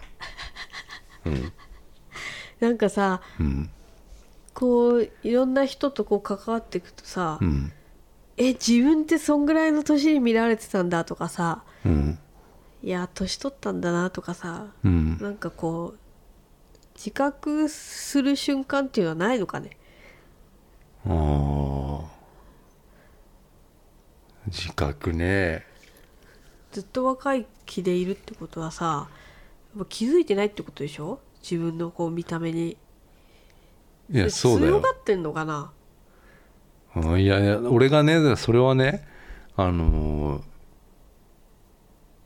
Speaker 2: なんかさ
Speaker 1: うん
Speaker 2: こういろんな人とこう関わっていくとさ、
Speaker 1: うん
Speaker 2: え自分ってそんぐらいの年に見られてたんだとかさ
Speaker 1: うん
Speaker 2: いや年取ったんだなとかさ
Speaker 1: うん
Speaker 2: なんかこう自覚する瞬間っていうのはないのかね
Speaker 1: あー自覚ね
Speaker 2: ずっと若い気でいるってことはさやっぱ気づいてないってことでしょ自分のこう見た目に
Speaker 1: いやそうだ
Speaker 2: 強
Speaker 1: よ
Speaker 2: がってんのかな
Speaker 1: うんいやいや俺がねそれはねあのー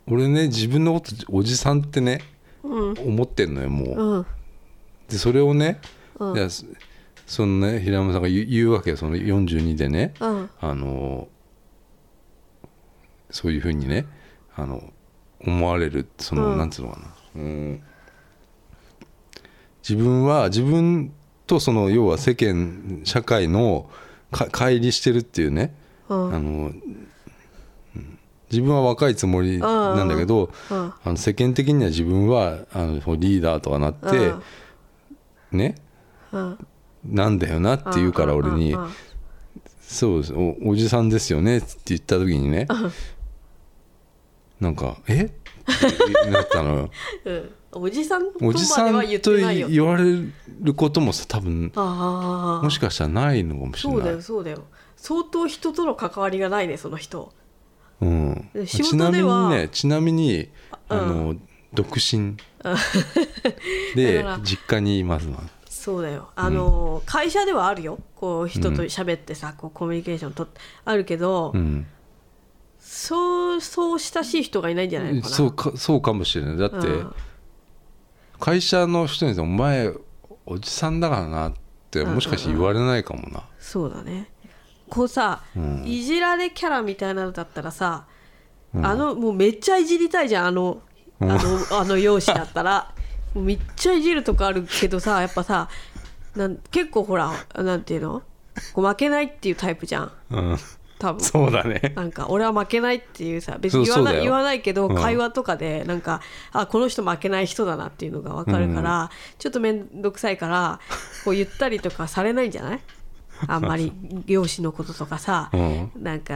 Speaker 1: 俺ね自分のことおじさんってね
Speaker 2: うん
Speaker 1: 思ってんのよもう、
Speaker 2: うん
Speaker 1: でそれをね、
Speaker 2: うん
Speaker 1: いやそそのね平山さんが言う言うわけよその42でね、
Speaker 2: うん
Speaker 1: あのそういうふうにねあの思われるその、
Speaker 2: うん
Speaker 1: なんつうのかな、うん自分は自分とその要は世間社会のか乖離してるっていうね、
Speaker 2: う
Speaker 1: あ
Speaker 2: ん
Speaker 1: の自分は若いつもりなんだけど、
Speaker 2: うん
Speaker 1: あの世間的には自分はあのリーダーとかなって、
Speaker 2: うん
Speaker 1: ね
Speaker 2: うん
Speaker 1: なんだよなって言うから俺に
Speaker 2: うんうんうん
Speaker 1: 「そうですおおじさんですよね」って言った時にねなんか「えっ?」ってなったのよ。
Speaker 2: うんおじさんと
Speaker 1: おじさ
Speaker 2: まで
Speaker 1: ん
Speaker 2: は言っ
Speaker 1: と
Speaker 2: てないよ
Speaker 1: 言われることもさ多分
Speaker 2: ああ
Speaker 1: もしかしたらないのかもしれ
Speaker 2: そう
Speaker 1: な
Speaker 2: だ
Speaker 1: い
Speaker 2: よ。そうだよ相当人との関わりがないねその人
Speaker 1: うん
Speaker 2: で仕
Speaker 1: ち
Speaker 2: 事
Speaker 1: なみ
Speaker 2: では
Speaker 1: にねちなみに
Speaker 2: う
Speaker 1: あ
Speaker 2: ん
Speaker 1: の独身
Speaker 2: だ
Speaker 1: で
Speaker 2: から
Speaker 1: 実家にいますわ
Speaker 2: そうだよあのー、会社ではあるよこう人と喋ってさ、こうコミュニケーションとあるけど、
Speaker 1: うん
Speaker 2: そうそう親しい人がいないんじゃないのかな
Speaker 1: そうかそうかもしれないだって
Speaker 2: うん
Speaker 1: 会社の人にさ「お前おじさんだからな」ってもしかして言われないかもな
Speaker 2: そうだねこうさ、
Speaker 1: うん
Speaker 2: いじられキャラみたいなのだったらさ、
Speaker 1: うん
Speaker 2: あのもうめっちゃいじりたいじゃんあのあの,、あの容姿だっ たらもうめっちゃいじるとかあるけどさやっぱさなん結構ほらなんていうのこう負けないっていうタイプじゃん
Speaker 1: うん
Speaker 2: 多分
Speaker 1: そうだね
Speaker 2: なんか俺は負けないっていうさ別
Speaker 1: そう
Speaker 2: に言わな
Speaker 1: そうだよ
Speaker 2: 言わないけど、
Speaker 1: うん
Speaker 2: 会話とかでなんかあこの人負けない人だなっていうのが分かるから、ちょっと面倒くさいからこう言ったりとかされないんじゃないあん まり漁師のこととかさ、
Speaker 1: うん
Speaker 2: なんか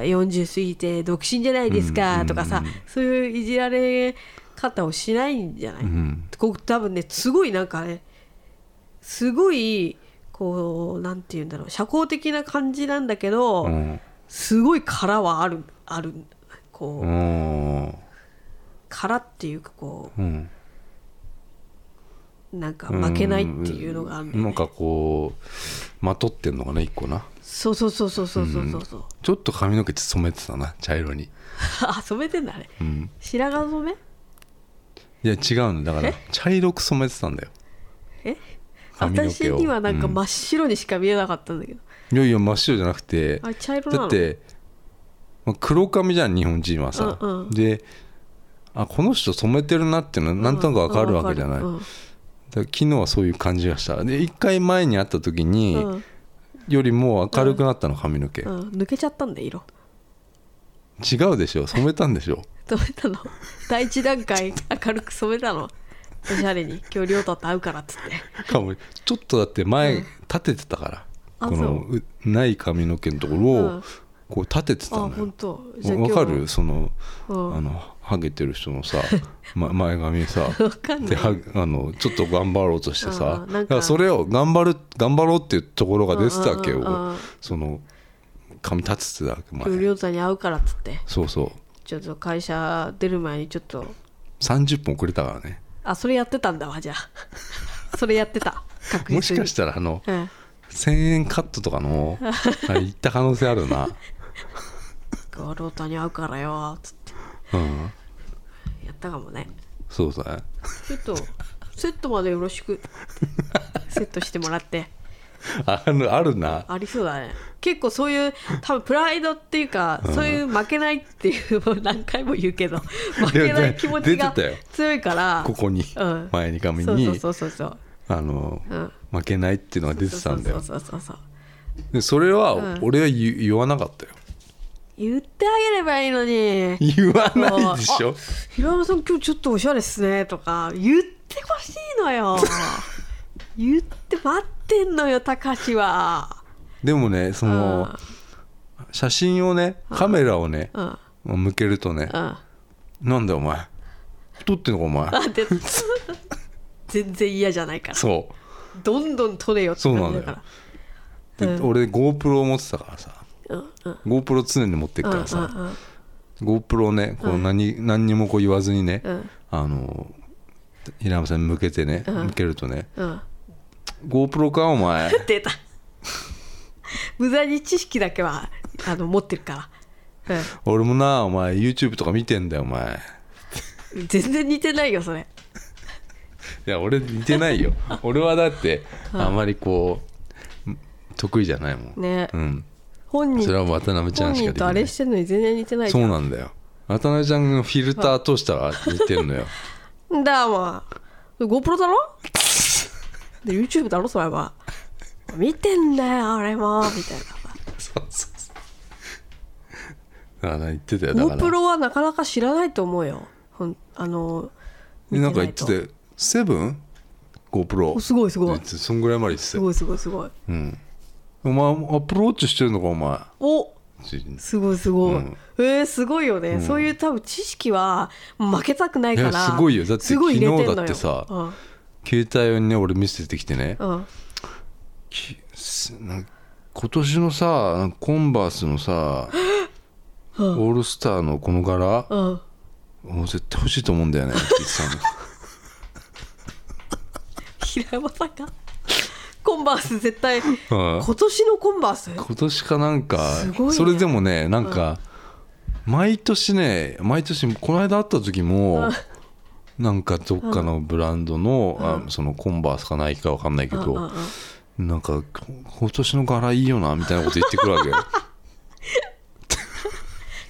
Speaker 2: 40過ぎて独身じゃないですかとかさ、そういういじられ方をしないんじゃない、
Speaker 1: ん
Speaker 2: こう多分ねすごいなんかねすごいこうなんて言うんだろう社交的な感じなんだけど、
Speaker 1: うん
Speaker 2: すごい殻はあるあるこう、
Speaker 1: うん
Speaker 2: 殻っていうかこ
Speaker 1: うん
Speaker 2: うなんか負けないっていうのがあるんだよね
Speaker 1: なんかこうまとってんのかな一個な
Speaker 2: そうそうそうそうそうそうそう、う
Speaker 1: ちょっと髪の毛染めてたな茶色に
Speaker 2: あ染めてんだあれ、
Speaker 1: ん
Speaker 2: 白髪染め
Speaker 1: いや違うのだから
Speaker 2: え
Speaker 1: 茶色く染めてたんだよ
Speaker 2: え
Speaker 1: 髪の毛を
Speaker 2: 私にはなんか
Speaker 1: うん
Speaker 2: 真っ白にしか見えなかったんだけど、
Speaker 1: いやいや真っ白じゃなくて
Speaker 2: あれ茶色な
Speaker 1: だ
Speaker 2: の
Speaker 1: って、まあ黒髪じゃん日本人はさ、
Speaker 2: うんうん
Speaker 1: であこの人染めてるなっていうのはなんとなくわかるわけじゃない、
Speaker 2: うん
Speaker 1: だから昨日はそういう感じがしたで一回前に会った時に、
Speaker 2: うん
Speaker 1: よりも明るくなったの髪の毛、
Speaker 2: うん抜けちゃったんだ色
Speaker 1: 違うでしょ染めたんでしょ
Speaker 2: 染めたの第一段階明るく染めたのおしゃれに今日亮太と会うからっつって
Speaker 1: かもちょっとだって前立ててたから、
Speaker 2: あ
Speaker 1: このうない髪の毛のところ
Speaker 2: うん
Speaker 1: をこう立てて
Speaker 2: あ
Speaker 1: たのよ、
Speaker 2: 本当じゃあ今
Speaker 1: わ
Speaker 2: 日
Speaker 1: かるその,、
Speaker 2: うん
Speaker 1: あのハゲてる人のさ、ま、前髪さ
Speaker 2: わかんない
Speaker 1: ではあのちょっと頑張ろうとしてさ
Speaker 2: うんな
Speaker 1: だ
Speaker 2: んか
Speaker 1: からそれを頑張る頑張ろうっていうところが出てたわけ
Speaker 2: うんうんうんう
Speaker 1: よ
Speaker 2: ん
Speaker 1: その髪立ててたわけ
Speaker 2: 今日
Speaker 1: 前
Speaker 2: 亮太に会うからっつって
Speaker 1: そうそう
Speaker 2: ちょっと会社出る前にちょっと
Speaker 1: 30分遅れたからね
Speaker 2: あそれやってたんだわじゃあ それやってた確実に
Speaker 1: もしかしたらあの
Speaker 2: うん
Speaker 1: 1000円カットとかの あれ行った可能性あるな
Speaker 2: ゴロータに会うからよつっ
Speaker 1: うん
Speaker 2: てやったかもね
Speaker 1: そうさ
Speaker 2: ちょっとセットまでよろしくセットしてもらって
Speaker 1: あるあるな
Speaker 2: ありそうだね結構そういう多分プライドっていうか、そういう負けないっていうもう何回も言う けど負けない気持ち
Speaker 1: 出
Speaker 2: が
Speaker 1: てたよ
Speaker 2: 強いから
Speaker 1: ここに
Speaker 2: うん
Speaker 1: 前に髪
Speaker 2: そう
Speaker 1: に
Speaker 2: そうそうそう
Speaker 1: あの
Speaker 2: うん
Speaker 1: 負けないっていうのが出てたんだよ
Speaker 2: そうそうそうそうそう
Speaker 1: でそれは
Speaker 2: ん
Speaker 1: 俺は言,、言わなかったよ
Speaker 2: 言ってあげればいいのに
Speaker 1: 言わないでし
Speaker 2: あ
Speaker 1: ょ
Speaker 2: 平山さん今日ちょっとおしゃれっすねとか言ってほしい のよ言って待ってんのよ高橋は
Speaker 1: でもねその写真をねカメラをね
Speaker 2: うんうん
Speaker 1: 向けるとね
Speaker 2: あ
Speaker 1: 「なんだよお前太ってんのかお前
Speaker 2: で 全然嫌じゃないか」ら
Speaker 1: そ
Speaker 2: どんどん取れよって
Speaker 1: そうな
Speaker 2: 感
Speaker 1: ん
Speaker 2: じ
Speaker 1: だ
Speaker 2: だ
Speaker 1: よ
Speaker 2: から
Speaker 1: うで
Speaker 2: うん
Speaker 1: 俺 GoPro を持ってたからさ
Speaker 2: うんうん
Speaker 1: GoPro 常に持ってっ
Speaker 2: うん
Speaker 1: から
Speaker 2: う
Speaker 1: さ
Speaker 2: んうん
Speaker 1: GoPro をねこう何何にもこう言わずにね
Speaker 2: うん
Speaker 1: あの平山さんに向けてね向けるとね
Speaker 2: うん
Speaker 1: 「GoPro かお前
Speaker 2: 出た無駄に知識だけはあの持ってるから、
Speaker 1: 俺もなお前 YouTube とか見てんだよお前」
Speaker 2: うん、全然似てないよそれ
Speaker 1: いや俺似てない よ俺はだってあまりこう得意じゃないもん、
Speaker 2: ね
Speaker 1: うん
Speaker 2: 本人
Speaker 1: それは渡辺ちゃ
Speaker 2: 本
Speaker 1: んしか
Speaker 2: 人
Speaker 1: でき
Speaker 2: とあ
Speaker 1: な
Speaker 2: れ
Speaker 1: い
Speaker 2: してんのに全然似てないじ
Speaker 1: そ
Speaker 2: ゃん
Speaker 1: うなんだよ渡辺ちゃんのフィルター通したら似てんのよ
Speaker 2: だわ。GoPro だろで、YouTube だろそれは。見てんだよ、あれも。みたいな。
Speaker 1: そうそうそうあ言ってたよだ
Speaker 2: モ
Speaker 1: から
Speaker 2: プロはなかなか知らないと思うよほんあの見て
Speaker 1: なんか言っ
Speaker 2: い
Speaker 1: て
Speaker 2: と
Speaker 1: たよ「セブン ?GoPro」
Speaker 2: おすごいすごい
Speaker 1: って言ってそんぐらいまで言ってた
Speaker 2: す
Speaker 1: よ
Speaker 2: ごいすごいすごい
Speaker 1: うん、お前アップルウォッチしてるのかお前
Speaker 2: おすごいすごい、
Speaker 1: うん
Speaker 2: えー、すごいよね、そういう多分知識は負けたくないから
Speaker 1: いやすごいよだって
Speaker 2: すごい入れてんのよ
Speaker 1: 昨日だってさ
Speaker 2: うん
Speaker 1: 携帯をね俺見せてきてね
Speaker 2: うん
Speaker 1: きすなんか今年のさなんかコンバースのさオールスターのこの柄
Speaker 2: うん
Speaker 1: もう絶対欲しいと思うんだよねって言ってたの
Speaker 2: 平山さんがコンバース絶対
Speaker 1: うん
Speaker 2: 今年のコンバース
Speaker 1: 今年かなんか
Speaker 2: すごいね
Speaker 1: それでもねなんか、毎年ね毎年この間会った時も、なんかどっかのブランドの,、あそのコンバースかないかわかんないけど、
Speaker 2: うんうんうん
Speaker 1: なんかこ今年の柄いいよなみたいなこと言ってくる わけよ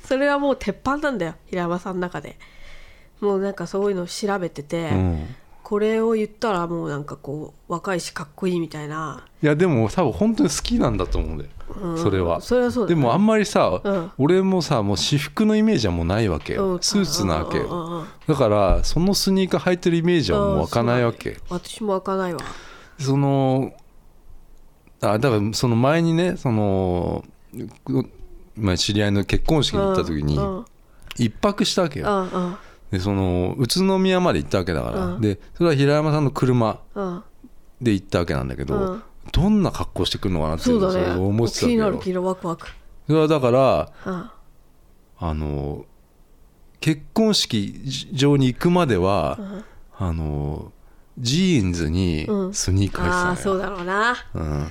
Speaker 2: それはもう鉄板なんだよ平山さんの中でもうなんかそういうの調べてて、
Speaker 1: うん
Speaker 2: これを言ったらもうなんかこう若いしかっこいいみたいない
Speaker 1: やでも多分本当に好きなんだと思うんだよ、それは
Speaker 2: それはそうだ
Speaker 1: で
Speaker 2: ね
Speaker 1: もあんまりさ、
Speaker 2: うん
Speaker 1: 俺もさもう私服のイメージはもうないわけよ、
Speaker 2: うん
Speaker 1: スーツなわけよ、
Speaker 2: うんうんうん
Speaker 1: だからそのスニーカー履いてるイメージはもう湧かないわけ、
Speaker 2: うんそうだね私も湧かないわ
Speaker 1: そのあだからその前にねそのまあ知り合いの結婚式に行った時に
Speaker 2: うんうん
Speaker 1: 一泊したわけ
Speaker 2: う
Speaker 1: よ、
Speaker 2: んうん
Speaker 1: でその宇都宮まで行ったわけだから、
Speaker 2: うん
Speaker 1: でそれは平山さんの車
Speaker 2: うん
Speaker 1: で行ったわけなんだけど、
Speaker 2: うん
Speaker 1: どんな格好してくるのかなってい
Speaker 2: そうう
Speaker 1: のを
Speaker 2: だね
Speaker 1: 思ってた
Speaker 2: 気
Speaker 1: わけ
Speaker 2: になる
Speaker 1: よ
Speaker 2: 気になるワクワク
Speaker 1: それはだから
Speaker 2: うん
Speaker 1: あの結婚式場に行くまでは、
Speaker 2: ん
Speaker 1: あのジーンズに
Speaker 2: うん
Speaker 1: スニーカー
Speaker 2: あ
Speaker 1: 履い
Speaker 2: あー
Speaker 1: てた
Speaker 2: そ
Speaker 1: の
Speaker 2: う
Speaker 1: よ
Speaker 2: だろうな
Speaker 1: うん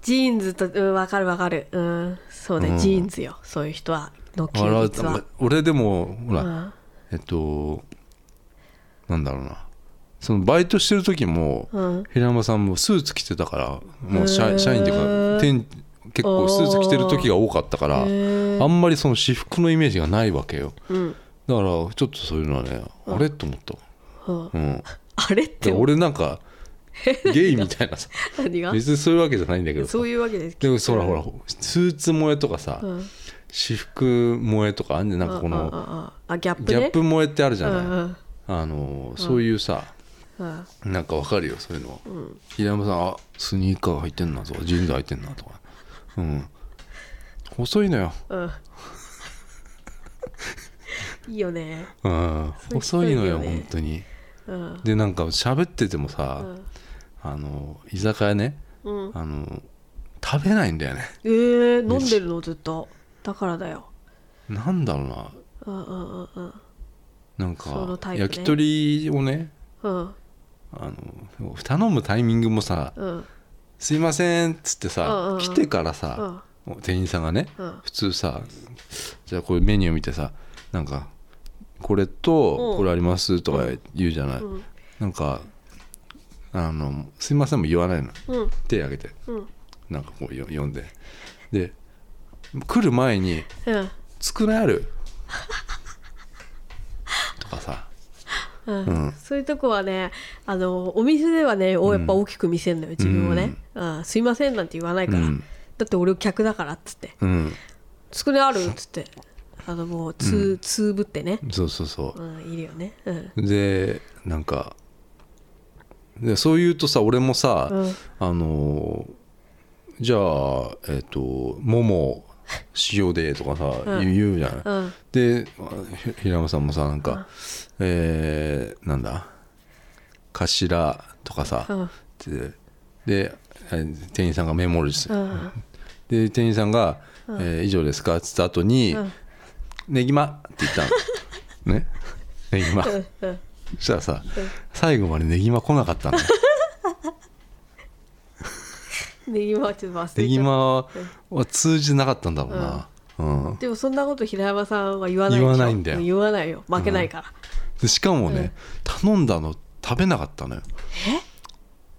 Speaker 2: ジーンズとうんわかるわかるうんそうね、
Speaker 1: うん
Speaker 2: ジーンズよそういう人はの
Speaker 1: あら
Speaker 2: 休日は
Speaker 1: 俺でもほら、
Speaker 2: うん
Speaker 1: えっとなんだろうなそのバイトしてる時も、
Speaker 2: うん
Speaker 1: 平山さんもスーツ着てたからもう
Speaker 2: へ
Speaker 1: 社
Speaker 2: ー
Speaker 1: 社員っていうか店結構スーツ着てる時が多かったから
Speaker 2: へー
Speaker 1: あんまりその私服のイメージがないわけよ
Speaker 2: うん
Speaker 1: だからちょっとそういうのはねあれと思った、
Speaker 2: うん
Speaker 1: うん、
Speaker 2: あれっ
Speaker 1: で
Speaker 2: て
Speaker 1: 俺なん かゲイみたいなさ
Speaker 2: 何が
Speaker 1: 別にそういうわけじゃないんだけどさ
Speaker 2: そういうわけです
Speaker 1: でもそらほらスーツ萌えとかさ、
Speaker 2: うん
Speaker 1: 私服萌えとかあんねなんかこ
Speaker 2: あ
Speaker 1: の
Speaker 2: あああギャップね
Speaker 1: ギャップ萌えってあるじゃない、
Speaker 2: うんうん
Speaker 1: あのそういうさ、
Speaker 2: うん
Speaker 1: なんかわかるよそういうのは、平山さんあスニーカー履いてんなとかジーンズ履いてんなとかうん細いのよ、
Speaker 2: うんいいよね
Speaker 1: うん、
Speaker 2: ういう人
Speaker 1: 細いのよ
Speaker 2: いるよね
Speaker 1: 本当に
Speaker 2: うん
Speaker 1: でなんか喋っててもさ、
Speaker 2: ん
Speaker 1: あの居酒屋ね
Speaker 2: うん
Speaker 1: あの食べないんだよね
Speaker 2: えー、飲んでるのずっとだからだよ
Speaker 1: なんだろうな
Speaker 2: うんうんうんうん
Speaker 1: なん
Speaker 2: その
Speaker 1: か、
Speaker 2: タイプね
Speaker 1: 焼き鳥をね
Speaker 2: うん
Speaker 1: あの頼むタイミングもさ
Speaker 2: うん
Speaker 1: 「すいません」っつって
Speaker 2: うんうん
Speaker 1: さ
Speaker 2: うん
Speaker 1: 来てからさ店員さんがね
Speaker 2: うん
Speaker 1: 普通さじゃあこれメニュー見てさなんか「これと
Speaker 2: うん
Speaker 1: これあります」とか言うじゃない
Speaker 2: うん
Speaker 1: なんか「あのすいません」も言わないの
Speaker 2: うん
Speaker 1: 手挙げて
Speaker 2: うん
Speaker 1: なんかこうよ呼んでで来る前に
Speaker 2: うん
Speaker 1: 「つくねある」とかさ
Speaker 2: うんそういうとこはねあのお店ではねおやっぱ大きく見せるのよ、自分をね、うんすいません」なんて言わないから、
Speaker 1: うん
Speaker 2: だって俺客だからっつって
Speaker 1: うん
Speaker 2: 「つくねある?」っつってあのもうつ,、つぶってね、
Speaker 1: そうそうそう
Speaker 2: うん、いるよねうん
Speaker 1: でなんかでそう言うとさ俺もさ、
Speaker 2: うん
Speaker 1: あのーじゃあえっ、と「もも塩で」とかさ、言う言うじゃない、
Speaker 2: うん
Speaker 1: でひ平山さんもさなんか、えーなんだ頭とかさ、
Speaker 2: うん
Speaker 1: ってでえ店員さんがメモるし、
Speaker 2: うん
Speaker 1: で店員さんが、えー以上ですか?」っつった後に
Speaker 2: ん
Speaker 1: 「ねぎま」って言った のねねぎま
Speaker 2: うんうん
Speaker 1: そしたらさ、最後までねぎま来なか ったの
Speaker 2: ねぎまはちょっと忘れちゃ
Speaker 1: ねぎ
Speaker 2: った
Speaker 1: まは通じてなかったんだろうな、うん
Speaker 2: でもそんなこと平山さんは言わないでしょ
Speaker 1: 言わないんだよ
Speaker 2: う言わないよ負けないから、
Speaker 1: でしかもね、頼んだの食べなかったのよ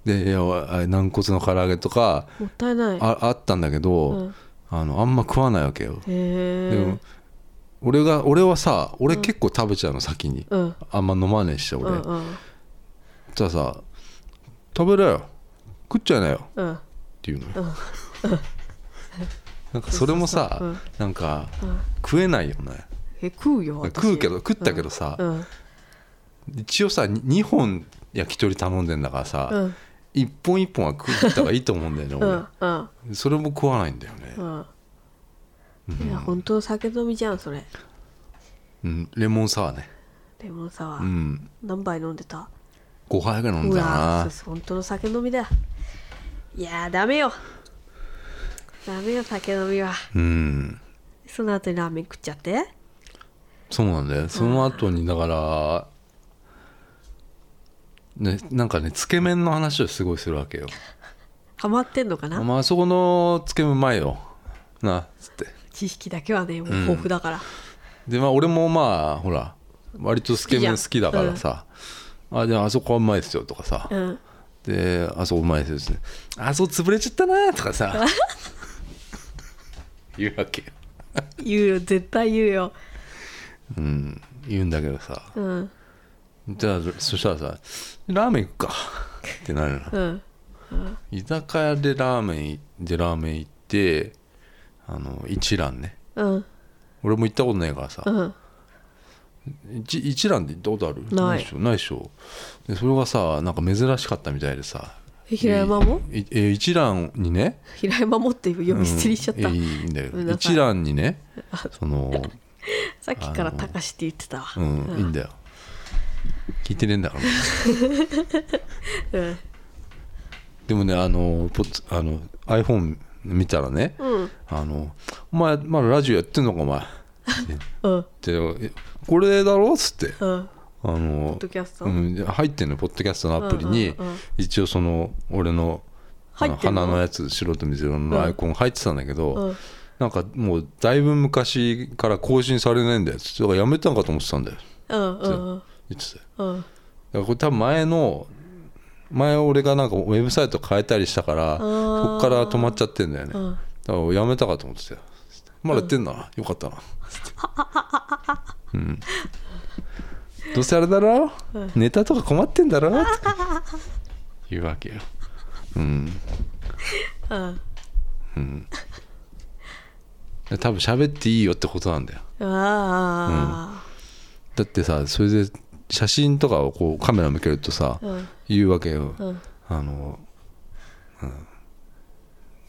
Speaker 1: でいやあ軟骨の唐揚げとか
Speaker 2: もったいない
Speaker 1: ああったんだけど、
Speaker 2: うん
Speaker 1: あのあんま食わないわけよ、
Speaker 2: へ
Speaker 1: で
Speaker 2: え
Speaker 1: も俺が俺はさ俺結構食べちゃうの先に、
Speaker 2: うん
Speaker 1: あんま飲まねえし
Speaker 2: う
Speaker 1: 俺、
Speaker 2: んうん
Speaker 1: そしたらさ「食べろよ食っちゃいなよ」
Speaker 2: うん
Speaker 1: っていうのよ、なんかそれもさ、
Speaker 2: そうそう
Speaker 1: なんか、
Speaker 2: ん
Speaker 1: 食えないよね
Speaker 2: え食うよ私
Speaker 1: 食うけど食ったけどさ、
Speaker 2: うん
Speaker 1: 一応さ2本焼き鳥頼んでんだからさ、
Speaker 2: うん
Speaker 1: 一本一本は食った方がいいと思うんだよね、
Speaker 2: うんうん
Speaker 1: 俺それも食わないんだよね、
Speaker 2: うんいや本当酒飲みじゃんそれ
Speaker 1: うん、レモンサワーね
Speaker 2: レモンサワ
Speaker 1: う
Speaker 2: ー
Speaker 1: ん
Speaker 2: 何杯飲んでた
Speaker 1: 5杯ぐらい飲ん
Speaker 2: う
Speaker 1: だ
Speaker 2: わ
Speaker 1: な
Speaker 2: そうそう本当の酒飲みだいやーダメよダメよ酒飲みは
Speaker 1: うん
Speaker 2: その後にラーメン食っちゃって
Speaker 1: そうなんだよその後にだから、ね、なんかねつけ麺の話をすごいするわけよ
Speaker 2: ハマってんのかな
Speaker 1: まああそこのつけ麺うまいよなっつって
Speaker 2: 知識だけはねもう豊富だから、
Speaker 1: でまあ俺もまあほら割とつけ麺好きだからさ、あじゃああそこはうまいですよとかさ、
Speaker 2: うん
Speaker 1: であそこうまいですよねあそこ潰れちゃったなとか さ言うわけよ
Speaker 2: 言うよ絶対言うよ
Speaker 1: うん言うんだけどさ
Speaker 2: うん
Speaker 1: じゃあそしたらさ「ラーメン行くか」ってなるの
Speaker 2: うん
Speaker 1: 居酒屋でラーメンでラーメン行ってあの一蘭ね
Speaker 2: うん
Speaker 1: 俺も行ったことないからさ、
Speaker 2: うん
Speaker 1: 一一蘭で行ったことある
Speaker 2: ない
Speaker 1: でしょないでしょでそれがさなんか珍しかったみたいでさ
Speaker 2: 平山も
Speaker 1: いえ一蘭にね
Speaker 2: 平山もって呼び捨てにしちゃった、
Speaker 1: うんいやいいんだよ
Speaker 2: ごめんなさい
Speaker 1: 一蘭にねその
Speaker 2: さっきから「たかし」って言ってたわ
Speaker 1: うん、いいんだよ聞いてねえんだから
Speaker 2: うん
Speaker 1: でもねあのポツあの iPhone 見たらね、
Speaker 2: うん
Speaker 1: あの「お前まだラジオやってんのかお前」
Speaker 2: うん
Speaker 1: ってえこれだろ?」っつって
Speaker 2: うん
Speaker 1: あの
Speaker 2: ポッドキャスト
Speaker 1: うん、入ってんのポッドキャストのアプリに、
Speaker 2: うんうんうん
Speaker 1: 一応その俺のあの
Speaker 2: 入ってんの
Speaker 1: 花のやつ白と水色のアイコン入ってたんだけど、
Speaker 2: うん
Speaker 1: なんかもうだいぶ昔から更新されないんだよつってだからやめたんかと思ってたんだよ
Speaker 2: うんうん
Speaker 1: 言ってたよ
Speaker 2: うん
Speaker 1: だからこれ多分前の前俺がなんかウェブサイト変えたりしたからそ
Speaker 2: ー
Speaker 1: っから止まっちゃってんだよね、
Speaker 2: うん
Speaker 1: だからやめたかと思ってたよまだやってんな、よかったなつってうんどうせあれだろ、ネタとか困ってんだろって言うわけようん
Speaker 2: うん
Speaker 1: で多分喋っていいよってことなんだよ
Speaker 2: あ
Speaker 1: だってさそれで写真とかをこうカメラ向けるとさ、
Speaker 2: あうん
Speaker 1: 言うわけよ、
Speaker 2: うん
Speaker 1: あの、うん、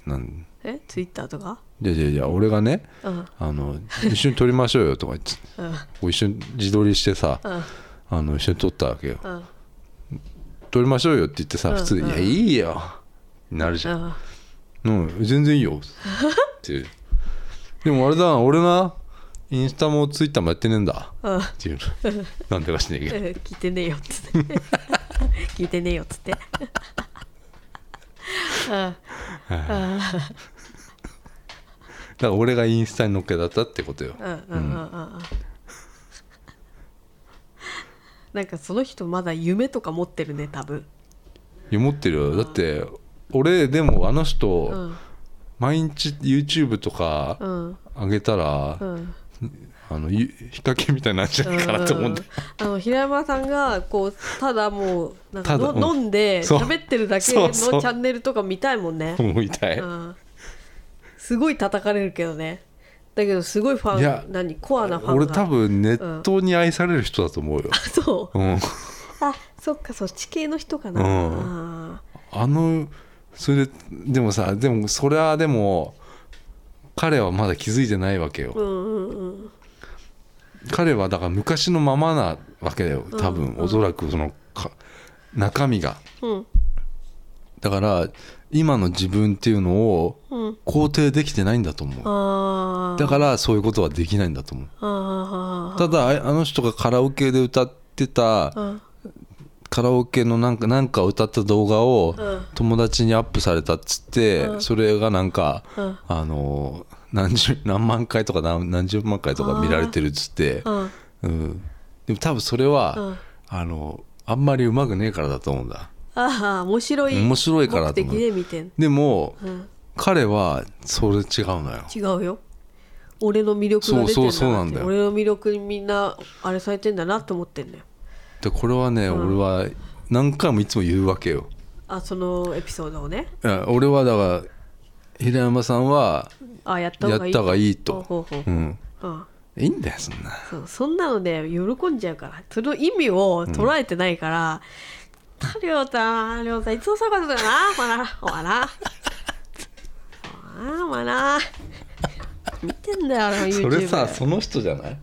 Speaker 1: なん
Speaker 2: えツイッターとか
Speaker 1: じゃじゃじゃ俺がね
Speaker 2: うん
Speaker 1: あの一緒に撮りましょうよとか言って
Speaker 2: うん
Speaker 1: こう一緒に自撮りしてさ
Speaker 2: うん
Speaker 1: あの一緒に撮ったわけよ
Speaker 2: うん
Speaker 1: 撮りましょうよって言ってさ
Speaker 2: うん
Speaker 1: 普通「
Speaker 2: うん
Speaker 1: いやいいよ」なるじ
Speaker 2: う
Speaker 1: ゃん
Speaker 2: ん
Speaker 1: 「うん全然いいよ」っていうでもあれだな俺なインスタもツイッターもやってねえんだ
Speaker 2: うん
Speaker 1: って いうなんでかしねえけど
Speaker 2: えー聞いてねえよっつって 聞いてねえよっつってあ
Speaker 1: だから俺がインスタに乗っけだったってことよ
Speaker 2: うんうんうんうんうんなんかその人まだ夢とか持ってるね多分
Speaker 1: いや持ってるよだって俺でもあの
Speaker 2: う
Speaker 1: 人
Speaker 2: ん
Speaker 1: 毎日 YouTube とか
Speaker 2: うん
Speaker 1: 上げたら
Speaker 2: うん
Speaker 1: あのゆヒカキンみたいになっちゃうかなと思うんだよ
Speaker 2: あの平山さんがこうただもうなんかの
Speaker 1: ただうん
Speaker 2: 飲んで
Speaker 1: そう
Speaker 2: 喋ってるだけ
Speaker 1: そ
Speaker 2: の
Speaker 1: う
Speaker 2: チ
Speaker 1: そう
Speaker 2: ャンネルとか見たいもんね
Speaker 1: 思いたい
Speaker 2: うんすごい叩かれるけどねだけどすごいフ
Speaker 1: いや
Speaker 2: ァン何コアなファンが
Speaker 1: 俺多分ネットに愛される人だと思うよ、
Speaker 2: そう
Speaker 1: うん、
Speaker 2: あそっかそっち系の人かな、
Speaker 1: うん
Speaker 2: あ
Speaker 1: あのそれででもさでもそれはでも彼はまだ気づいてないわけよ、
Speaker 2: ーうんうんうん
Speaker 1: 彼はだから昔のままなわけだよ多分、おそらくそのか中身が
Speaker 2: うん
Speaker 1: だから今の自分っていうのを
Speaker 2: うん
Speaker 1: 肯定できてないんだと思う
Speaker 2: あー
Speaker 1: だからそういうことはできないんだと思う
Speaker 2: あー
Speaker 1: ただああの人がカラオケで歌ってた
Speaker 2: うん
Speaker 1: カラオケのなんかなんか歌った動画を
Speaker 2: うん
Speaker 1: 友達にアップされたっつって、
Speaker 2: うん
Speaker 1: それがなんか、
Speaker 2: うん
Speaker 1: あの何十何万回とか何何十万回とか見られてるっつって
Speaker 2: う、ん
Speaker 1: うん、でも多分それは、
Speaker 2: うん
Speaker 1: あのあんまりうまくねえからだと思うんだ
Speaker 2: ああ面白い
Speaker 1: 面白いからと
Speaker 2: 目
Speaker 1: 思う
Speaker 2: 的で見てん、
Speaker 1: でも、
Speaker 2: うん、
Speaker 1: 彼はそれ違うのよ
Speaker 2: 違うよ俺の魅力が出てんだ
Speaker 1: そうそうそうなんだよ
Speaker 2: 俺の魅力にみんなあれされてんだなと思ってんだよ
Speaker 1: でこれはね、俺は何回もいつも言うわけよ
Speaker 2: あそのエピソードをね
Speaker 1: いや俺はだから平山さんは
Speaker 2: あやった
Speaker 1: や
Speaker 2: 方
Speaker 1: っ
Speaker 2: がいい
Speaker 1: た方がいいと
Speaker 2: ほうほうほう
Speaker 1: うん
Speaker 2: うん
Speaker 1: いいんだよそんな
Speaker 2: そうそんなので喜んじゃうからその意味を捉えてないから「たりょうたりょうたいつもそういうことだよなまあなまあなまあまあな見てんだよ俺も YouTube
Speaker 1: それさその人じゃない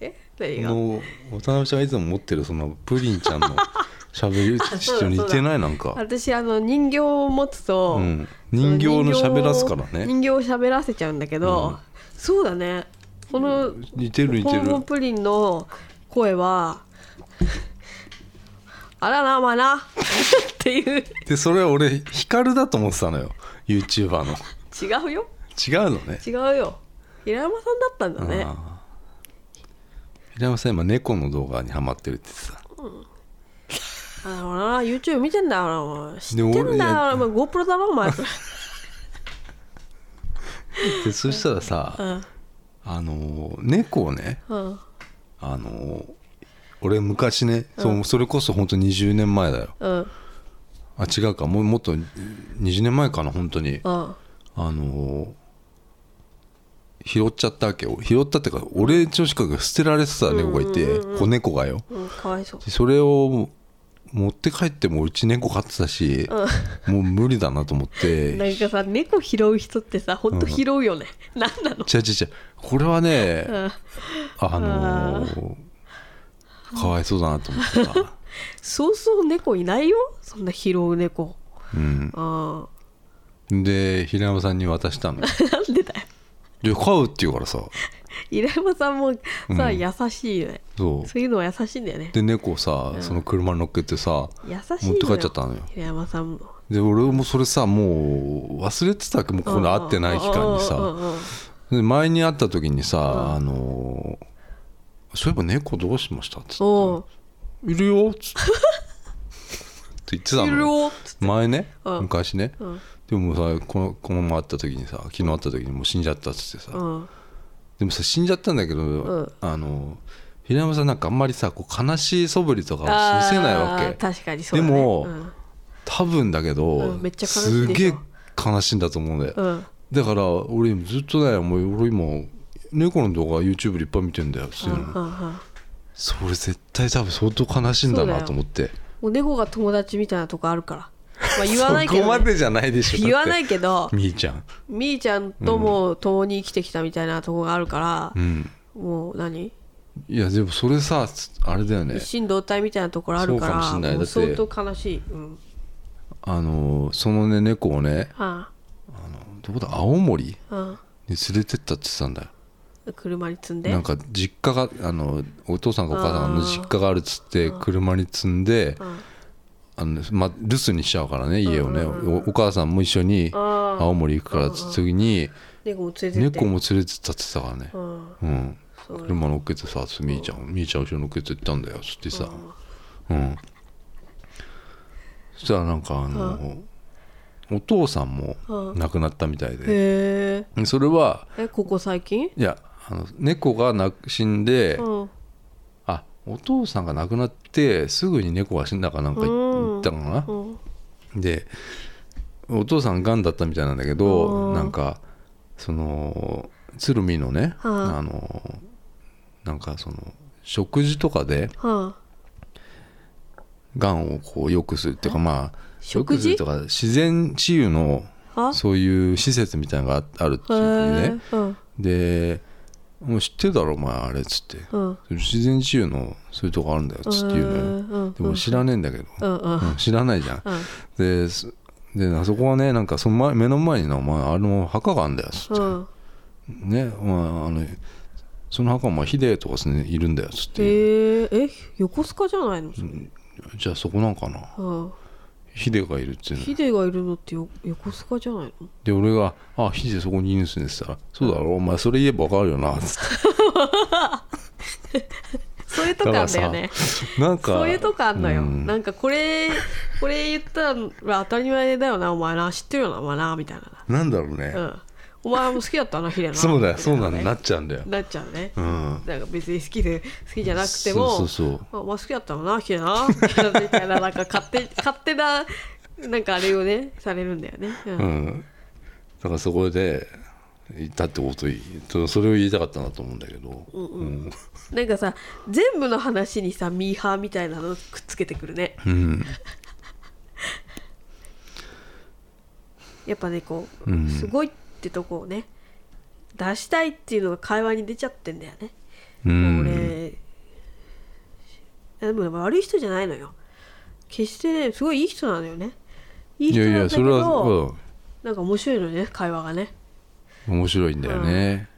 Speaker 2: え何が
Speaker 1: の渡辺ちゃんがいつも持ってるそのプリンちゃん の喋り
Speaker 2: そう
Speaker 1: 人
Speaker 2: だ
Speaker 1: 似てないなんか、
Speaker 2: 私あの人形を持つと、
Speaker 1: うん、人形の喋らすからね
Speaker 2: 人形を喋らせちゃうんだけど、
Speaker 1: うん
Speaker 2: そうだねこの
Speaker 1: 似てる似て
Speaker 2: ポンポン
Speaker 1: る
Speaker 2: プリンの声は 「あらなまあな」っていう
Speaker 1: でそれは俺ヒカルだと思ってたのよ YouTuber の
Speaker 2: 違うよ
Speaker 1: 違うのね
Speaker 2: 違うよ平山さんだったんだね
Speaker 1: あー平山さん今猫の動画にハマってるって言ってた
Speaker 2: あのな YouTube 見てんだよなお前知ってんだよ
Speaker 1: で俺
Speaker 2: お前 GoPro だろお前
Speaker 1: でそしたらさ、
Speaker 2: うん
Speaker 1: あのー猫をね、
Speaker 2: うん
Speaker 1: あのー俺昔ね、そうそれこそ本当20年前だよ
Speaker 2: うん
Speaker 1: あ違うかもうもっと20年前かな本当に
Speaker 2: うん
Speaker 1: あのー拾っちゃったわけよ拾ったっていうか俺んちの近くに捨てられてた猫がいて子猫がよ
Speaker 2: うんかわいそう
Speaker 1: でそれを持って帰ってもうち猫飼ってたし、もう無理だなと思っ
Speaker 2: な
Speaker 1: て
Speaker 2: んかさ猫拾う人ってさほんと拾うよね、なん、何なの
Speaker 1: 違う違う違うこれはね、
Speaker 2: ん
Speaker 1: あのーかわいそうだなと思ってた、
Speaker 2: そうそう猫いないよそんな拾う猫
Speaker 1: うん、
Speaker 2: あ
Speaker 1: で平山さんに渡したの
Speaker 2: ー なんでだよ
Speaker 1: で飼うって言うからさ
Speaker 2: 平山さんもさ、
Speaker 1: うん
Speaker 2: 優しいよね
Speaker 1: そう
Speaker 2: そういうのは優しいんだよね
Speaker 1: で猫をさ、その車に乗っけてさ
Speaker 2: 優し
Speaker 1: 持
Speaker 2: いの
Speaker 1: っ
Speaker 2: よ
Speaker 1: て帰っちゃったのよ
Speaker 2: 平山さんも
Speaker 1: で俺もそれさもう忘れてたわけもうこの会ってない期間に
Speaker 2: うんう
Speaker 1: さ
Speaker 2: んうんうん
Speaker 1: で前に会った時にさ、あのーそういえば猫どうしました?」っつって
Speaker 2: お
Speaker 1: 「
Speaker 2: う
Speaker 1: いるよ」っつってって言ってた
Speaker 2: いる
Speaker 1: の
Speaker 2: よっつって
Speaker 1: 前ね
Speaker 2: うん
Speaker 1: 昔ね
Speaker 2: うん
Speaker 1: でもさこのこの前会った時にさ昨日会った時にもう死んじゃったっつってさ
Speaker 2: うん
Speaker 1: でもさ死んじゃったんだけど、
Speaker 2: ん
Speaker 1: あの平山さんなんかあんまりさこう悲しい素振りとかを見せないわ
Speaker 2: あー
Speaker 1: け
Speaker 2: 確かにそうだ、ね、
Speaker 1: でも
Speaker 2: うん
Speaker 1: 多分だけど、
Speaker 2: うんめっちゃ悲しい
Speaker 1: す
Speaker 2: でしょ
Speaker 1: げえ悲しいんだと思うんだよ、
Speaker 2: うん
Speaker 1: だから俺今ずっとねもう俺今猫の動画 YouTube でいっぱい見てんだよそういうの、
Speaker 2: うんうんうん
Speaker 1: それ絶対多分相当悲しいんだなと思って
Speaker 2: もう猫が友達みたいなとこあるから、ま あ、言わないけ
Speaker 1: そこ
Speaker 2: ど
Speaker 1: ま
Speaker 2: ね、
Speaker 1: でじゃないでしょ
Speaker 2: 言わな
Speaker 1: だ
Speaker 2: い
Speaker 1: っ
Speaker 2: けど
Speaker 1: てみーちゃん
Speaker 2: みーちゃんとも共に生きてきたみたいなとこがあるか
Speaker 1: う
Speaker 2: ら、
Speaker 1: ん
Speaker 2: もう何
Speaker 1: いやでもそれさあれだよね
Speaker 2: 一心同体みたいなところあるから
Speaker 1: そうかもしんない
Speaker 2: も
Speaker 1: だ
Speaker 2: う
Speaker 1: って
Speaker 2: 相当悲しい、うん、
Speaker 1: あのそのね猫をね
Speaker 2: あ
Speaker 1: どこだ青森に
Speaker 2: ああ
Speaker 1: 連れてったって言ってたんだよ
Speaker 2: あ車に積んで
Speaker 1: なんか実家があのお父さんかお母さんの実家があるっつって車に積んで
Speaker 2: ん
Speaker 1: あの、まあ、留守にしちゃうからね家をね、おお母さんも一緒に
Speaker 2: あ
Speaker 1: 青森行くからっつった時に
Speaker 2: 猫も連れてって
Speaker 1: 猫も連れてったって言ってたからね、
Speaker 2: うん
Speaker 1: うん、
Speaker 2: そう
Speaker 1: 車乗っけてさつってみーちゃんみーちゃん後ろ乗っけて行ったんだよっつってさ、うん、そしたらなんかあのお父さんも亡くなったみたいで
Speaker 2: へ
Speaker 1: それは
Speaker 2: ええここ最近
Speaker 1: いやあの猫が亡く死んで、
Speaker 2: うん
Speaker 1: あお父さんが亡くなってすぐに猫が死んだかなんか言
Speaker 2: う
Speaker 1: 言
Speaker 2: ん
Speaker 1: ったのかな
Speaker 2: う、ん
Speaker 1: でお父さんがんだったみたいなんだけど、
Speaker 2: うん
Speaker 1: なんかその鶴見のね、
Speaker 2: はあ
Speaker 1: あのなんかその食事とかで
Speaker 2: は
Speaker 1: がんをこう良くするっていうかまあ
Speaker 2: 食
Speaker 1: 良くする
Speaker 2: 事
Speaker 1: とか自然治癒の
Speaker 2: あ
Speaker 1: そういう施設みたいなのがああるって
Speaker 2: へ
Speaker 1: いう
Speaker 2: え
Speaker 1: ね
Speaker 2: うん
Speaker 1: で「もう知ってるだろお前あれ」っつって
Speaker 2: うん
Speaker 1: 「自然治癒のそういうとこあるんだよ」っつって言うのよ。
Speaker 2: うん
Speaker 1: でも知らねえんだけど、
Speaker 2: うんうん
Speaker 1: うん知らないじゃん、
Speaker 2: うん
Speaker 1: ですであそこはねなんかその前目の前になお前あの墓があんだよつって、
Speaker 2: うん
Speaker 1: ね、まあ、あのその墓もヒデとかですねいるんだよつって、
Speaker 2: へええ横須賀じゃないのそれ
Speaker 1: じゃあそこなんかな
Speaker 2: うん
Speaker 1: ヒデがいるっていうの
Speaker 2: ヒデがいるのってよ横須賀じゃない の
Speaker 1: で俺が「あヒデそこにいるんですね」って言ったら「そうだろお前それ言えばわかるよ な」つって
Speaker 2: そういうとこあんだよ
Speaker 1: だ
Speaker 2: ね
Speaker 1: かなんか
Speaker 2: そういうとこあんのよ、
Speaker 1: うん
Speaker 2: なんかこれ これ言ったら当たり前だよなお前な知ってるよなお前なみたいな
Speaker 1: なんだろうね、
Speaker 2: うんお前も好きだったなヒデな
Speaker 1: そうだよそうな
Speaker 2: み
Speaker 1: の
Speaker 2: たい
Speaker 1: なっちゃうんだよ、
Speaker 2: なっちゃうね、
Speaker 1: うん、
Speaker 2: なんか別に好きで好きじゃなくても
Speaker 1: そうそうそう
Speaker 2: まあ、まあ好きだったのなきなみたいなみたいななんか勝手勝手ななんかあれをねされるんだよね、うん
Speaker 1: うん、だからそこでいたってこといとそれを言いたかったなと思うんだけど、うん
Speaker 2: なんかさ全部の話にさミーハーみたいなのくっつけてくるね
Speaker 1: うん
Speaker 2: やっぱねこう、
Speaker 1: うん
Speaker 2: すごいってとこをね出したいっていうのが会話に出ちゃってんだよね、
Speaker 1: うん、
Speaker 2: 俺でも悪い人じゃないのよ決してねすごいいい人なのよねいい
Speaker 1: い
Speaker 2: 人
Speaker 1: やい
Speaker 2: なんだ
Speaker 1: や
Speaker 2: け
Speaker 1: それ
Speaker 2: ど
Speaker 1: は、うん
Speaker 2: なんか面白いのね会話がね
Speaker 1: 面白いんだよね、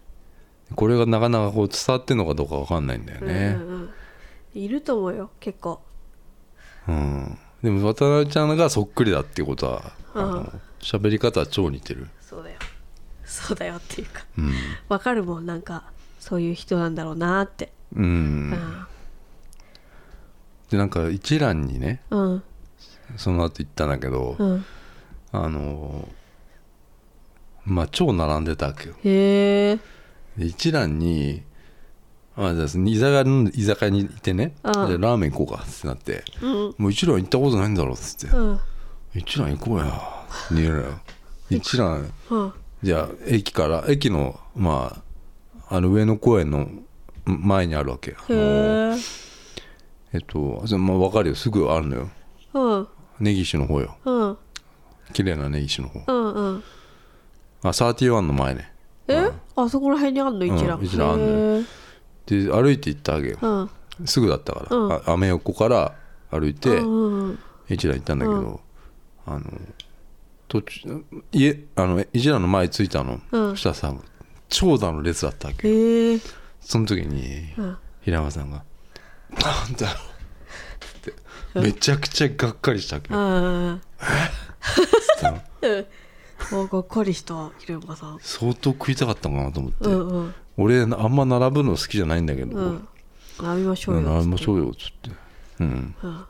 Speaker 1: これがなかなかこう伝わってんのかどうかわかんないんだよね
Speaker 2: うんうんうん、いると思うよ結構
Speaker 1: うん、でも渡辺ちゃんがそっくりだっていうことは
Speaker 2: うん
Speaker 1: あの喋り方は超似てる
Speaker 2: そうだよそうだよっていうか
Speaker 1: うん、
Speaker 2: わかるもんなんかそういう人なんだろうなって
Speaker 1: うん、でなんか一覧にね
Speaker 2: うんうん
Speaker 1: その後行ったんだけど、
Speaker 2: うん
Speaker 1: あのまあ超並んでたわけよ
Speaker 2: へえ
Speaker 1: で一蘭にあじゃあその居酒屋の居酒屋にいてね、
Speaker 2: うん
Speaker 1: じゃあラーメン行こうかってなって
Speaker 2: うん
Speaker 1: 「もう一蘭行ったことないんだろ」っつって
Speaker 2: うん
Speaker 1: 「一蘭行こうや」って言うのよ一蘭
Speaker 2: うん
Speaker 1: じゃあ駅から駅のまああの上野公園の前にあるわけよあ
Speaker 2: へ
Speaker 1: の
Speaker 2: え
Speaker 1: えっとそれまあ分かるよすぐあるのよ
Speaker 2: うん
Speaker 1: 根岸の方よ
Speaker 2: うん
Speaker 1: 綺麗な根岸の方
Speaker 2: うんうん
Speaker 1: あサーティワンの前ね
Speaker 2: えあそこら辺にあんの一覧
Speaker 1: うん一覧あんのよ
Speaker 2: へえ
Speaker 1: で歩いて行ったわけよ
Speaker 2: うん
Speaker 1: すぐだったから、
Speaker 2: うん
Speaker 1: あアメ横から歩いて、
Speaker 2: うんうん
Speaker 1: 一蘭行ったんだけど、
Speaker 2: う
Speaker 1: あの途中家あの一蘭の前着いたの、
Speaker 2: うん
Speaker 1: そしたらさ長蛇の列だったわけ
Speaker 2: へえ
Speaker 1: その時に
Speaker 2: うん
Speaker 1: 平山さんが「なんだろう?」ってめちゃくちゃがっかりしたわけ
Speaker 2: う
Speaker 1: よ
Speaker 2: ん
Speaker 1: つったの
Speaker 2: うんがっかりしたひろやまさん
Speaker 1: 相当食いたかったのかなと思って、
Speaker 2: うんうん
Speaker 1: 俺あんま並ぶの好きじゃないんだけど、
Speaker 2: うん並びましょうよ
Speaker 1: 並びましょうよっつってうん
Speaker 2: うん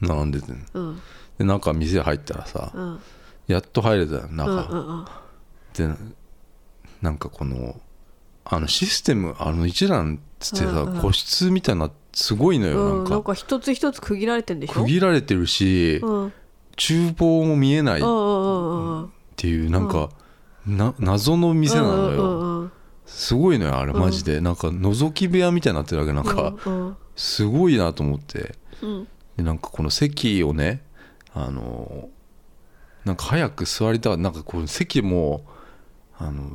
Speaker 1: 並んでてね
Speaker 2: うん
Speaker 1: で中店入ったらさ
Speaker 2: うん
Speaker 1: やっと入れたよ
Speaker 2: うん
Speaker 1: 中、
Speaker 2: うんうん
Speaker 1: でなんかこのあのシステムあの一覧っつってさ、
Speaker 2: うんうん
Speaker 1: 個室みたいなすごいのよ、
Speaker 2: うん、
Speaker 1: な
Speaker 2: なんん
Speaker 1: か
Speaker 2: か一つ一つ区切られてんでしょ
Speaker 1: 区切られてるし、
Speaker 2: うんうん
Speaker 1: 厨房も見えないっ
Speaker 2: うんうんうん
Speaker 1: ていうなんか、な謎の店なのよ、
Speaker 2: うんうん
Speaker 1: すごいのよあれマジで、なんか覗き部屋みたいになってるわけなんか、
Speaker 2: うん
Speaker 1: すごいなと思って
Speaker 2: うん
Speaker 1: でなんかこの席をねあのなんか早く座りたいなんかこう席もあの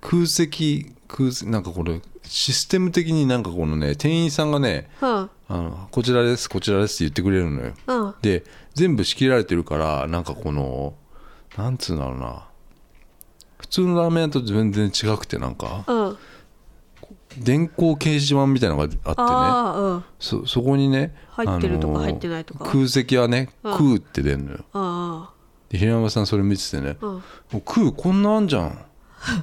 Speaker 1: 空席空席なんかこれシステム的になんかこのね店員さんがね
Speaker 2: うん
Speaker 1: あのこちらですこちらですって言ってくれるのよ
Speaker 2: うん
Speaker 1: で全部仕切られてるからなんかこのなんつうんだろうな普通のラーメン屋と全然違くてなんか
Speaker 2: うん
Speaker 1: 電光掲示板みたいなのがあってね
Speaker 2: ああうん
Speaker 1: そそこにね
Speaker 2: 入ってると
Speaker 1: あ
Speaker 2: か
Speaker 1: のー
Speaker 2: 入ってないとか
Speaker 1: 空席はね「
Speaker 2: うん
Speaker 1: 空」って出るのよ
Speaker 2: あ
Speaker 1: で平山さんそれ見ててね
Speaker 2: あうん
Speaker 1: 「もう空こんなあんじゃん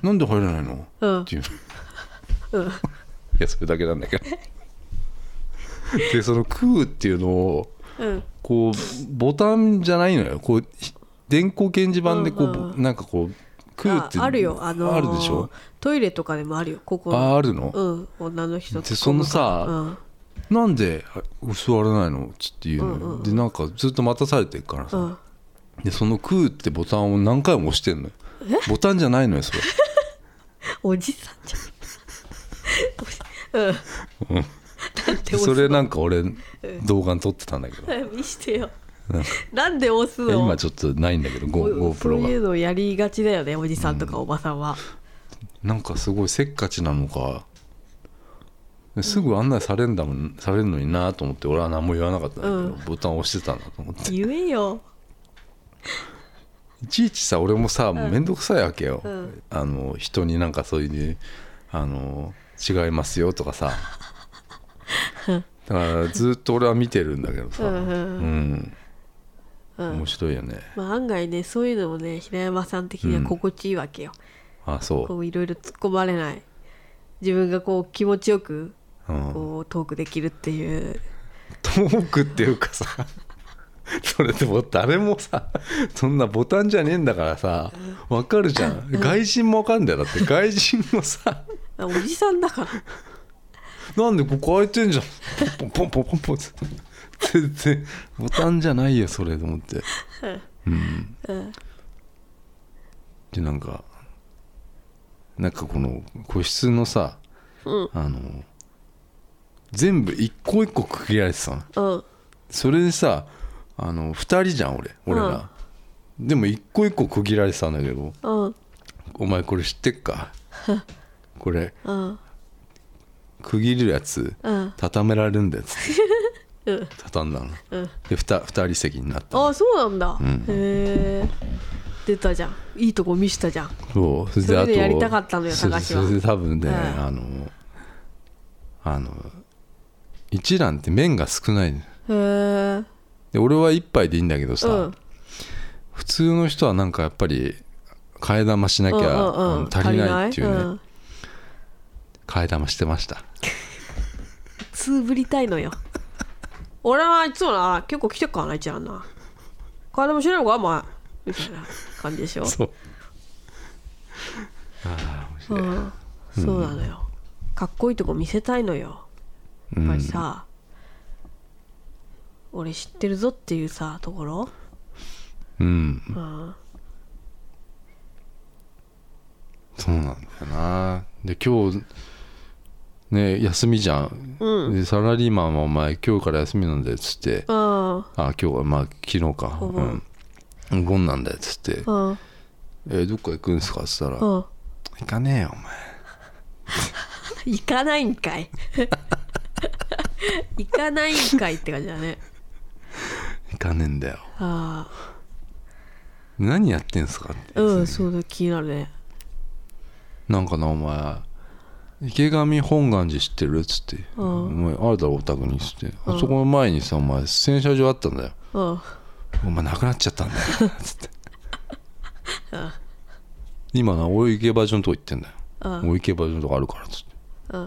Speaker 1: なんで入れないの?」
Speaker 2: うん
Speaker 1: っていう
Speaker 2: うん
Speaker 1: いやそれだけなんだけ どでその「空」っていうのを
Speaker 2: うん
Speaker 1: こうボタンじゃないのよこうひ電光掲示板でこう、
Speaker 2: うんうん
Speaker 1: なんかこう「空」って
Speaker 2: ああるよあのー
Speaker 1: あるでしょ
Speaker 2: トイレとかでもあるよここ
Speaker 1: ああるの、
Speaker 2: うん女の人
Speaker 1: でそのさ
Speaker 2: うん
Speaker 1: なんであ座れないの?」っつって言うのよ、
Speaker 2: うんうんうん
Speaker 1: でなんかずっと待たされてるからさ、
Speaker 2: うん
Speaker 1: でその「空」ってボタンを何回も押してんのよボタンじゃないの よそれ
Speaker 2: おじさん じゃんうんだって押す
Speaker 1: そ
Speaker 2: の
Speaker 1: れなんか俺動画に撮ってたんだけど
Speaker 2: 見してよ
Speaker 1: なんか
Speaker 2: なんで押すの
Speaker 1: 今ちょっとないんだけど
Speaker 2: お
Speaker 1: Go-
Speaker 2: そうい
Speaker 1: GoPro
Speaker 2: う
Speaker 1: が
Speaker 2: のやりがちだよねおじさんとかおばさんは、
Speaker 1: なんかすごいせっかちなのかすぐ案内されんだもんされるのになと思って俺は何も言わなかったんだけど、
Speaker 2: うん
Speaker 1: ボタン押してたんだと思って
Speaker 2: 言えよ
Speaker 1: いちいちさ俺もさもう面倒くさいわけよ、
Speaker 2: うん
Speaker 1: あの人になんかそういうあの違いますよとかさだからずっと俺は見てるんだけどさ、
Speaker 2: うんうん
Speaker 1: うん面白いよね
Speaker 2: まあ、案外ねそういうのもね平山さん的には心地いいわけよ、
Speaker 1: あそ
Speaker 2: こういろいろ突っ込まれない自分がこう気持ちよく
Speaker 1: う、うん、
Speaker 2: こうトークできるっていう
Speaker 1: トークっていうかさ それでも誰もさそんなボタンじゃねえんだからさわかるじゃん外人もわかるんだよだって外人もさ
Speaker 2: あおじさんだから
Speaker 1: なんでここ開いてんじゃんポンポンポンポンポンって全然ボタンじゃないよそれと思ってうんでなんかなんかこの個室のさ
Speaker 2: うん
Speaker 1: あの全部一個一個区切られてたの
Speaker 2: うん
Speaker 1: それでさあの2人じゃん俺俺ら、でも一個一個区切られてたんだけど
Speaker 2: うん
Speaker 1: 「お前これ知ってっ かこれ
Speaker 2: うん
Speaker 1: 区切るやつ
Speaker 2: うん
Speaker 1: 畳められるんだよ」つって
Speaker 2: うん
Speaker 1: 畳んだの
Speaker 2: うん
Speaker 1: で 2, 二人席になったの
Speaker 2: ああそうなんだ、
Speaker 1: うん
Speaker 2: へえ出たじゃんいいとこ見したじゃん
Speaker 1: そうそれ
Speaker 2: そ
Speaker 1: で
Speaker 2: れ
Speaker 1: あ
Speaker 2: で
Speaker 1: と
Speaker 2: やりたかったのよ
Speaker 1: そう
Speaker 2: 高橋は
Speaker 1: それで多分ね、
Speaker 2: うん
Speaker 1: あのあの一蘭って麺が少ないの
Speaker 2: へえ
Speaker 1: で俺は一杯でいいんだけどさ、
Speaker 2: うん
Speaker 1: 普通の人はなんかやっぱり替え玉しなきゃ、あの足りないっていうね、
Speaker 2: ん
Speaker 1: 替え玉してました
Speaker 2: つぶりたいのよ俺はいつもな結構来てっからな一蘭な体もしないのかお前みたいな感じでし ょ
Speaker 1: そうああ面白い、
Speaker 2: うん、そうなのよかっこいいとこ見せたいのよ
Speaker 1: う
Speaker 2: やっぱ
Speaker 1: ん
Speaker 2: りさ、俺知ってるぞっていうさとこ
Speaker 1: う
Speaker 2: ろ、
Speaker 1: ん
Speaker 2: うん、
Speaker 1: そうなんだよなで今日ね休みじゃん、
Speaker 2: うん
Speaker 1: でサラリーマンはお前今日から休みなんだよっつ って
Speaker 2: うん
Speaker 1: あ今日はまあ昨日か
Speaker 2: お
Speaker 1: うん
Speaker 2: 盆
Speaker 1: うんゴンなんだよっつって
Speaker 2: うん
Speaker 1: 「えどっか行くんすか?」っつったら「
Speaker 2: うん
Speaker 1: 行かねえよお前
Speaker 2: 行かないんかい 行かないんかいって感じだね
Speaker 1: 行かねえんだよ
Speaker 2: あ
Speaker 1: 何やってんすか?」って
Speaker 2: あうんそうだ気になるね
Speaker 1: なんかなお前池上本願寺知ってるっつって「
Speaker 2: う
Speaker 1: お
Speaker 2: ん
Speaker 1: 前あるだろお宅に」っつって、
Speaker 2: うん
Speaker 1: あそこの前にさお前洗車場あったんだよ
Speaker 2: うん
Speaker 1: お前なくなっちゃったん だよつって 今な大池場所のとこ行ってんだよ
Speaker 2: うん
Speaker 1: 大池場所のとこあるからっつって
Speaker 2: う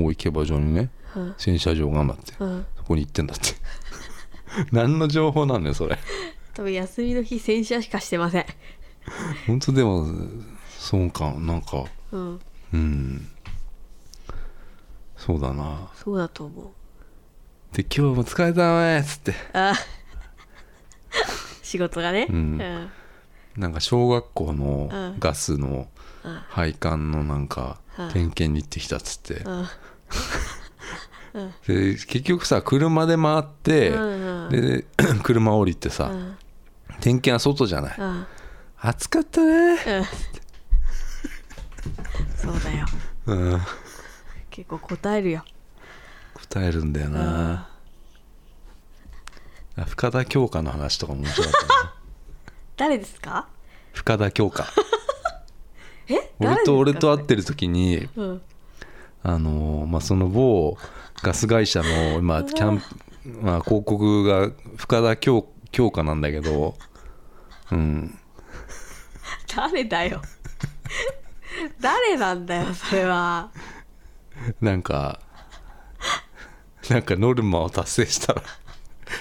Speaker 2: ん
Speaker 1: 大池場所にね
Speaker 2: うん
Speaker 1: 洗車場があんだって
Speaker 2: うん
Speaker 1: そこに行ってんだって 何の情報なんだよそれ
Speaker 2: 多分休みの日洗車しかしてません
Speaker 1: 本当でもそうかなんか
Speaker 2: うん
Speaker 1: うんそうだな
Speaker 2: そうだと思う
Speaker 1: で今日も疲れたねっつって
Speaker 2: ああ仕事がね
Speaker 1: うん
Speaker 2: うん
Speaker 1: なんか小学校の
Speaker 2: うん
Speaker 1: ガスの
Speaker 2: うん
Speaker 1: 配管のなんか
Speaker 2: うん
Speaker 1: 点検に行ってきたっつって
Speaker 2: うん
Speaker 1: で結局さ車で回って
Speaker 2: うん
Speaker 1: で 車降りて
Speaker 2: う
Speaker 1: さ
Speaker 2: ん
Speaker 1: 点検は外じゃない
Speaker 2: うん
Speaker 1: 暑かったね
Speaker 2: うんそうだよ
Speaker 1: うん
Speaker 2: 結構答えるよ
Speaker 1: 答えるんだよなあ深田恭子の話とかも面白かったな
Speaker 2: 誰ですか
Speaker 1: 深田恭子
Speaker 2: え
Speaker 1: 俺と俺と会っ
Speaker 2: って
Speaker 1: る時に
Speaker 2: うん
Speaker 1: あのーまあその某ガス会社の今キャンプ、まあ、広告が深田恭京香なんだけどうん
Speaker 2: 誰だよ誰なんだよそれは
Speaker 1: なんかなんかノルマを達成したら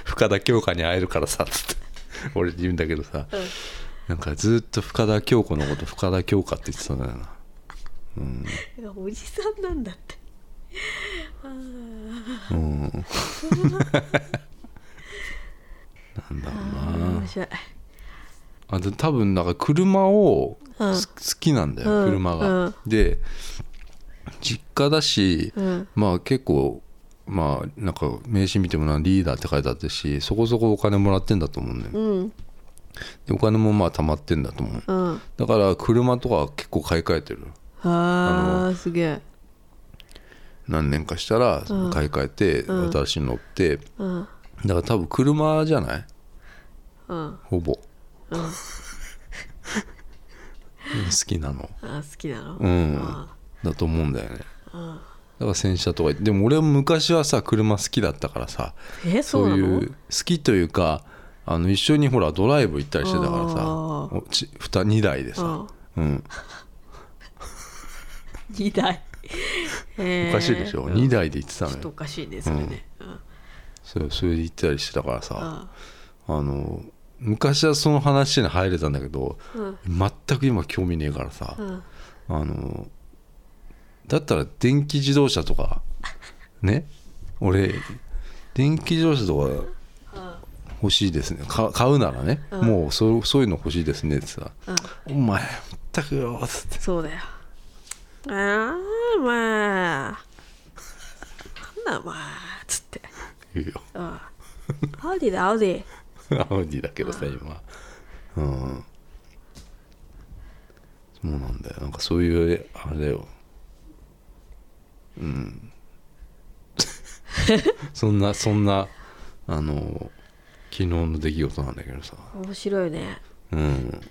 Speaker 1: 深田恭子に会えるからさつって俺に言うんだけどさ、
Speaker 2: うん
Speaker 1: なんかずっと深田恭子のこと深田恭子って言ってたんだよな
Speaker 2: おじさんなんだって
Speaker 1: うんなんだろうな
Speaker 2: 面白い
Speaker 1: あで多分なんか車を
Speaker 2: うん
Speaker 1: す、好きなんだよ、
Speaker 2: うん
Speaker 1: 車が、
Speaker 2: うん
Speaker 1: で実家だし、
Speaker 2: うん
Speaker 1: まあ結構まあなんか名刺見てもなリーダーって書いてあったしそこそこお金もらってんだと思うんだよ、
Speaker 2: うん
Speaker 1: でお金もまあ貯まってんだと思う
Speaker 2: うん
Speaker 1: だから車とかは結構買い替えてる
Speaker 2: あーすげえ
Speaker 1: 何年かしたら
Speaker 2: うん
Speaker 1: 買い替えて、
Speaker 2: うん
Speaker 1: 新しいの乗って
Speaker 2: うん
Speaker 1: だから多分車じゃない
Speaker 2: うん
Speaker 1: ほぼ、
Speaker 2: う ん
Speaker 1: 好きなの
Speaker 2: あー好きなの
Speaker 1: うん
Speaker 2: あ
Speaker 1: だと思うんだよね
Speaker 2: あ
Speaker 1: だから洗車とか言ってでも俺は昔はさ車好きだったからさ
Speaker 2: えそ
Speaker 1: そう
Speaker 2: うな
Speaker 1: いう
Speaker 2: の
Speaker 1: 好きというかあの一緒にほらドライブ行ったりしてたからさ
Speaker 2: あー
Speaker 1: おち 2, 二台でさ、うん、
Speaker 2: 2台
Speaker 1: お
Speaker 2: お
Speaker 1: かしいでしょ、
Speaker 2: ち
Speaker 1: 2台で行ってた
Speaker 2: ょ
Speaker 1: の
Speaker 2: っとお
Speaker 1: よ
Speaker 2: かしいねそれねうん
Speaker 1: そうそれで行ったりしてたからさ
Speaker 2: あ
Speaker 1: あの昔はその話に入れたんだけど
Speaker 2: ーうん
Speaker 1: 全く今興味ねえからさ、
Speaker 2: うん
Speaker 1: あのだったら電気自動車とかね俺電気自動車とか欲しいですねか買うならね、
Speaker 2: うん
Speaker 1: もうそうそういうの欲しいですねってさ
Speaker 2: うん
Speaker 1: 「お前ったくよ」つって
Speaker 2: そうだよああまあなんだまあつって
Speaker 1: 言うよ
Speaker 2: ああアウディだアウデ ィ
Speaker 1: アウディだけどさ今うんそうなんだよなんかそういうあれをうんそんなそんなあの昨日の出来事なんだけどさ
Speaker 2: 面白いね
Speaker 1: うん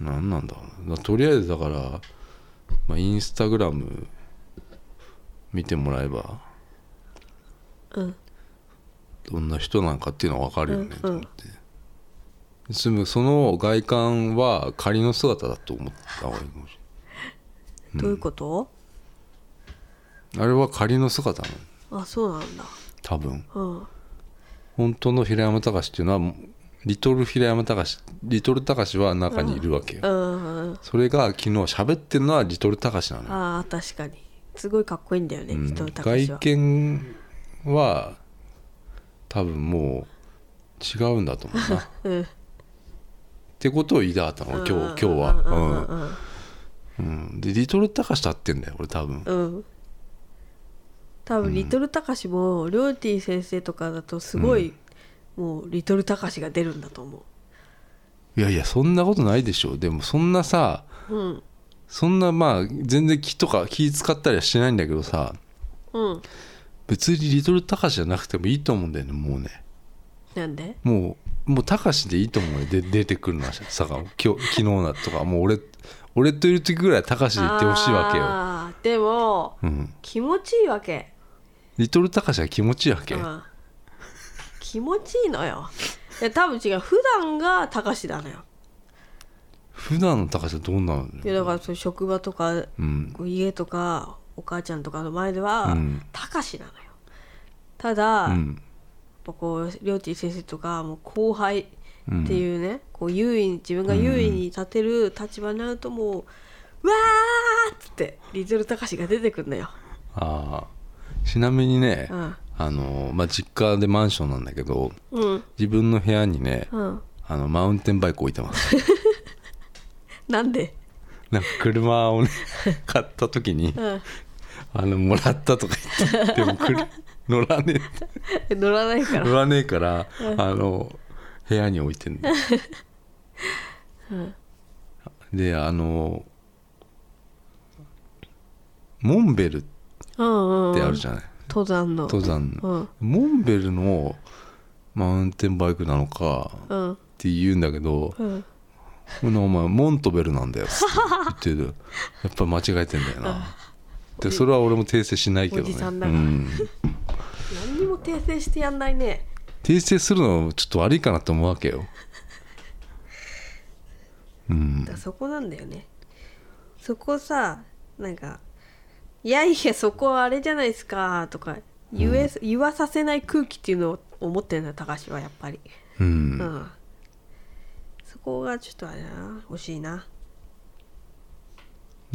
Speaker 1: なんなんだろうなだとりあえずだから、まあ、インスタグラム見てもらえば
Speaker 2: うん
Speaker 1: どんな人なんかっていうのは分かるよね
Speaker 2: うん
Speaker 1: と思って、すぐその外観は仮の姿だと思った方がいいかもし
Speaker 2: どういうこと、
Speaker 1: れないあれは仮の姿なの
Speaker 2: あそうなんだ
Speaker 1: 多分
Speaker 2: うん
Speaker 1: 本当の平山隆っていうのはリトル平山隆リトル隆は中にいるわけよ、
Speaker 2: うんうんうん
Speaker 1: それが昨日喋ってるのはリトル隆なのよ
Speaker 2: ああ確かにすごいかっこいいんだよね、
Speaker 1: うん
Speaker 2: 人の高橋
Speaker 1: 外
Speaker 2: は
Speaker 1: 見は多分もう違うんだと思うな
Speaker 2: うん
Speaker 1: ってことを言いたかったの今日今日は、
Speaker 2: は
Speaker 1: うんうん、でリトル高しと会ってんだよ俺多分
Speaker 2: うんうんうん多分リトルたかしもりょうてぃ先生とかだとすごい、もうリトルたかしが出るんだと思
Speaker 1: いやいやそんなことないでしょでもそんなさ
Speaker 2: ううん
Speaker 1: そんなまあ全然気とか気使ったりはしてないんだけどさ
Speaker 2: うん
Speaker 1: 別にリトル高しじゃなくてもいいと思うんだよねもうね
Speaker 2: なんで
Speaker 1: もうもう高しでいいと思うよで出てくるのはさが今日昨日だとかもう俺俺といる時ぐらい高しでいってほしいわけよ、
Speaker 2: あーでも
Speaker 1: うん、
Speaker 2: 気持ちいいわけ、
Speaker 1: リトル高しは気持ちいいわけ、
Speaker 2: うん、気持ちいいのよいや多分違う普段がたかしなのよ
Speaker 1: 普段の高しはどうなの
Speaker 2: いやだからそういう職場とか
Speaker 1: うん
Speaker 2: こう家とかお母ちゃんとかの前で
Speaker 1: う
Speaker 2: は
Speaker 1: ん
Speaker 2: たかしなのよただ、
Speaker 1: う
Speaker 2: やっ
Speaker 1: ん
Speaker 2: ぱこうりょうてぃ先生とかもう後輩
Speaker 1: うん
Speaker 2: っていうね、こう優位に自分が優位に立てる立場になるともう、わーっつってリトルたかしが出てくるのよ、
Speaker 1: ああちなみにね、
Speaker 2: うん、
Speaker 1: あのまあ実家でマンションなんだけど
Speaker 2: うん
Speaker 1: 自分の部屋にね、
Speaker 2: うん
Speaker 1: あのマウンテンバイク置いてます
Speaker 2: なんで
Speaker 1: なんか車をね買った時に
Speaker 2: うん
Speaker 1: あのもらったとか言ってでもくる乗らね
Speaker 2: え乗らないか
Speaker 1: え
Speaker 2: ら
Speaker 1: 乗らねえからあの部屋に置いて んの、であのモンベルっ
Speaker 2: うんうん、うん、
Speaker 1: てあるじゃない、
Speaker 2: 登山の
Speaker 1: 登山
Speaker 2: う
Speaker 1: の
Speaker 2: ん
Speaker 1: モンベルのマウンテンバイクなのかっ
Speaker 2: うん
Speaker 1: て言うんだけど
Speaker 2: うん
Speaker 1: 「お前モントベルなんだよ」つって言ってるやっぱ間違えてんだ よなでそれは俺も訂正しないけど
Speaker 2: お
Speaker 1: ね、
Speaker 2: じさ
Speaker 1: うん
Speaker 2: だから
Speaker 1: ん、
Speaker 2: 何にも訂正してやんないね
Speaker 1: 訂正するのちょっと悪いかなと思うわけようん
Speaker 2: だからそこなんだよねそこさなんか「いやいやそこあれじゃないですか」とか言え、言わさせない空気っていうのを思ってるんだ高橋はやっぱり
Speaker 1: う
Speaker 2: うん、
Speaker 1: ん
Speaker 2: そこがちょっとあれだな惜しいな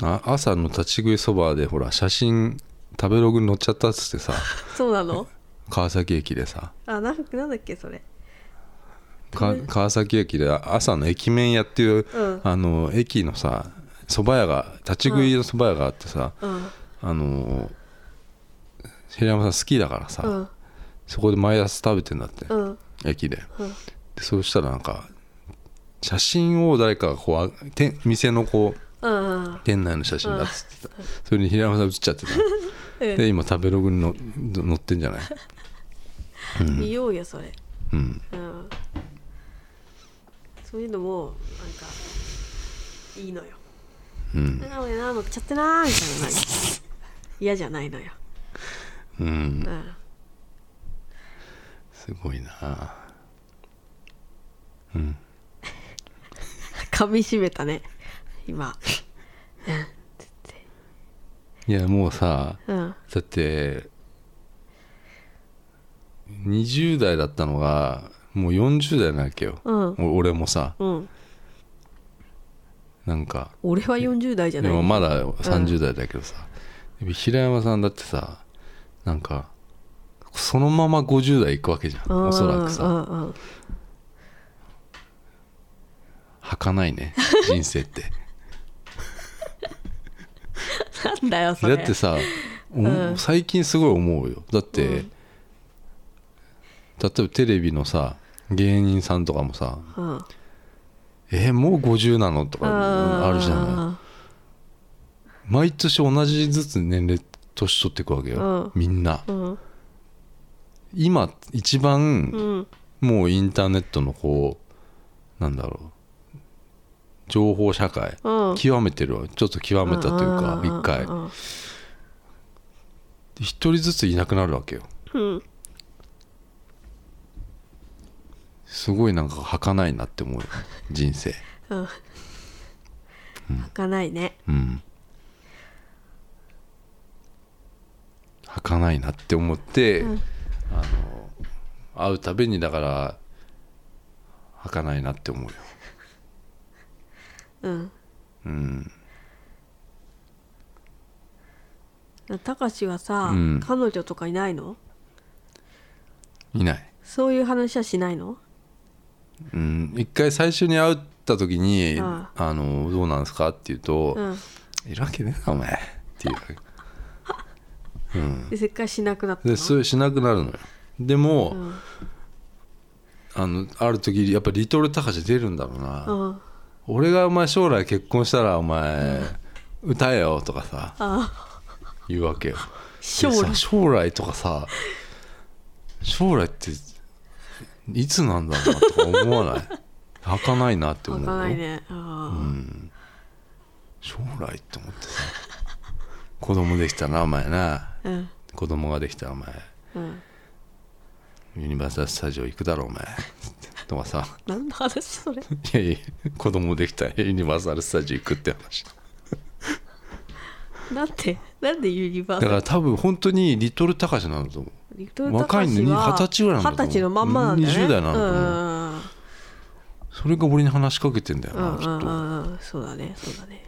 Speaker 1: あ朝の立ち食いそばでほら写真食べログに載っちゃったっつってさ
Speaker 2: そうなの
Speaker 1: 川崎駅でさ
Speaker 2: あなんなんだっけそれ
Speaker 1: か川崎駅で朝の駅麺屋っていう、
Speaker 2: うん
Speaker 1: あの駅のさ蕎麦屋が立ち食いの蕎麦屋があってさ、
Speaker 2: うん
Speaker 1: あの平山さん好きだからさ、
Speaker 2: うん
Speaker 1: そこで毎朝食べてんだって、
Speaker 2: うん
Speaker 1: 駅で
Speaker 2: うん
Speaker 1: でそうしたらなんか写真を誰かがこうあ店店のこう
Speaker 2: うんうん
Speaker 1: 店内の写真だっつってた、それに平山さん写っちゃってた
Speaker 2: え
Speaker 1: で今食べログにの載ってんじゃない
Speaker 2: 見ようよそれ
Speaker 1: うん
Speaker 2: うんそういうのもなんかいいのよ
Speaker 1: うん
Speaker 2: な俺な乗っちゃってなーみたいなのない嫌じゃないのよ、
Speaker 1: うん
Speaker 2: うん、
Speaker 1: すごいな
Speaker 2: 噛みしめたね今
Speaker 1: いやもうさ
Speaker 2: うん
Speaker 1: だって20代だったのがもう40代なわけよ、
Speaker 2: うん
Speaker 1: お俺もさ
Speaker 2: うん
Speaker 1: なんか
Speaker 2: 俺は40代じゃ
Speaker 1: で
Speaker 2: ない
Speaker 1: もまだ30代だけどさ、でも平山さんだってさなんかそのまま50代いくわけじゃんおそらくさ
Speaker 2: うんうん
Speaker 1: はかない ね人生って
Speaker 2: なんだよそ
Speaker 1: だ
Speaker 2: れ
Speaker 1: ってさ、お
Speaker 2: うん
Speaker 1: 最近すごい思うよだって、
Speaker 2: うん
Speaker 1: 例えばテレビのさ芸人さんとかもさ
Speaker 2: うん、あ
Speaker 1: 「えーもう50なの?」とかあるじゃない毎年同じずつ年齢年取っていくわけよ、
Speaker 2: う
Speaker 1: みんな
Speaker 2: うん
Speaker 1: 今一
Speaker 2: う
Speaker 1: 番、
Speaker 2: ん
Speaker 1: もうインターネットのこうなんだろう情報社会、
Speaker 2: うん
Speaker 1: 極めてるわちょっと極めたというか
Speaker 2: ん
Speaker 1: 一回
Speaker 2: うん
Speaker 1: 一人ずついなくなるわけよ
Speaker 2: うん
Speaker 1: すごいなんか儚いなって思うよ人生
Speaker 2: うん儚いね
Speaker 1: うん儚いなって思って、
Speaker 2: うん
Speaker 1: あの会うたびにだから儚いなって思うよ
Speaker 2: うん
Speaker 1: うん
Speaker 2: たかしはさ、
Speaker 1: うん
Speaker 2: 彼女とかいないの
Speaker 1: いない
Speaker 2: そういう話はしないの
Speaker 1: うん一回最初に会った時に「
Speaker 2: あ
Speaker 1: あのどうなんですか?」って言うと
Speaker 2: うん
Speaker 1: 「いるわけねえなお前」っていう
Speaker 2: でせっかくしなくなったの
Speaker 1: でそれしなくなるのよでも、
Speaker 2: うん
Speaker 1: あのある時やっぱリトル高橋出るんだろうな、
Speaker 2: うん
Speaker 1: 俺がお前将来結婚したらお前歌えよとかさ
Speaker 2: あ
Speaker 1: 言うわけよ
Speaker 2: 将
Speaker 1: で
Speaker 2: 来
Speaker 1: さ将来とかさ将来っていつなんだろうなとか思わない 儚いなって思うよ
Speaker 2: 儚いねあ
Speaker 1: 将来って思ってさ 子供できたなお前な
Speaker 2: ーうん
Speaker 1: 子供ができたらお前
Speaker 2: うん
Speaker 1: ユニバーサル・スタジオ行くだろお前 とかさ
Speaker 2: 何の話それ
Speaker 1: いやいや子供できたらユニバーサル・スタジオ行くって話
Speaker 2: なんでなんでユニバー
Speaker 1: だ
Speaker 2: サ
Speaker 1: か
Speaker 2: ル
Speaker 1: ら多分本当にリトル・タカシなんだと思う
Speaker 2: リトル
Speaker 1: 若いのに
Speaker 2: 高橋は
Speaker 1: 二十歳ぐらいなんだと思う
Speaker 2: 二十歳のまんまなんだね
Speaker 1: 20代なんだと思う
Speaker 2: うん
Speaker 1: それが俺に話しかけてんだよ
Speaker 2: うん
Speaker 1: なきっ
Speaker 2: う
Speaker 1: と
Speaker 2: んうんうんそうだねそうだね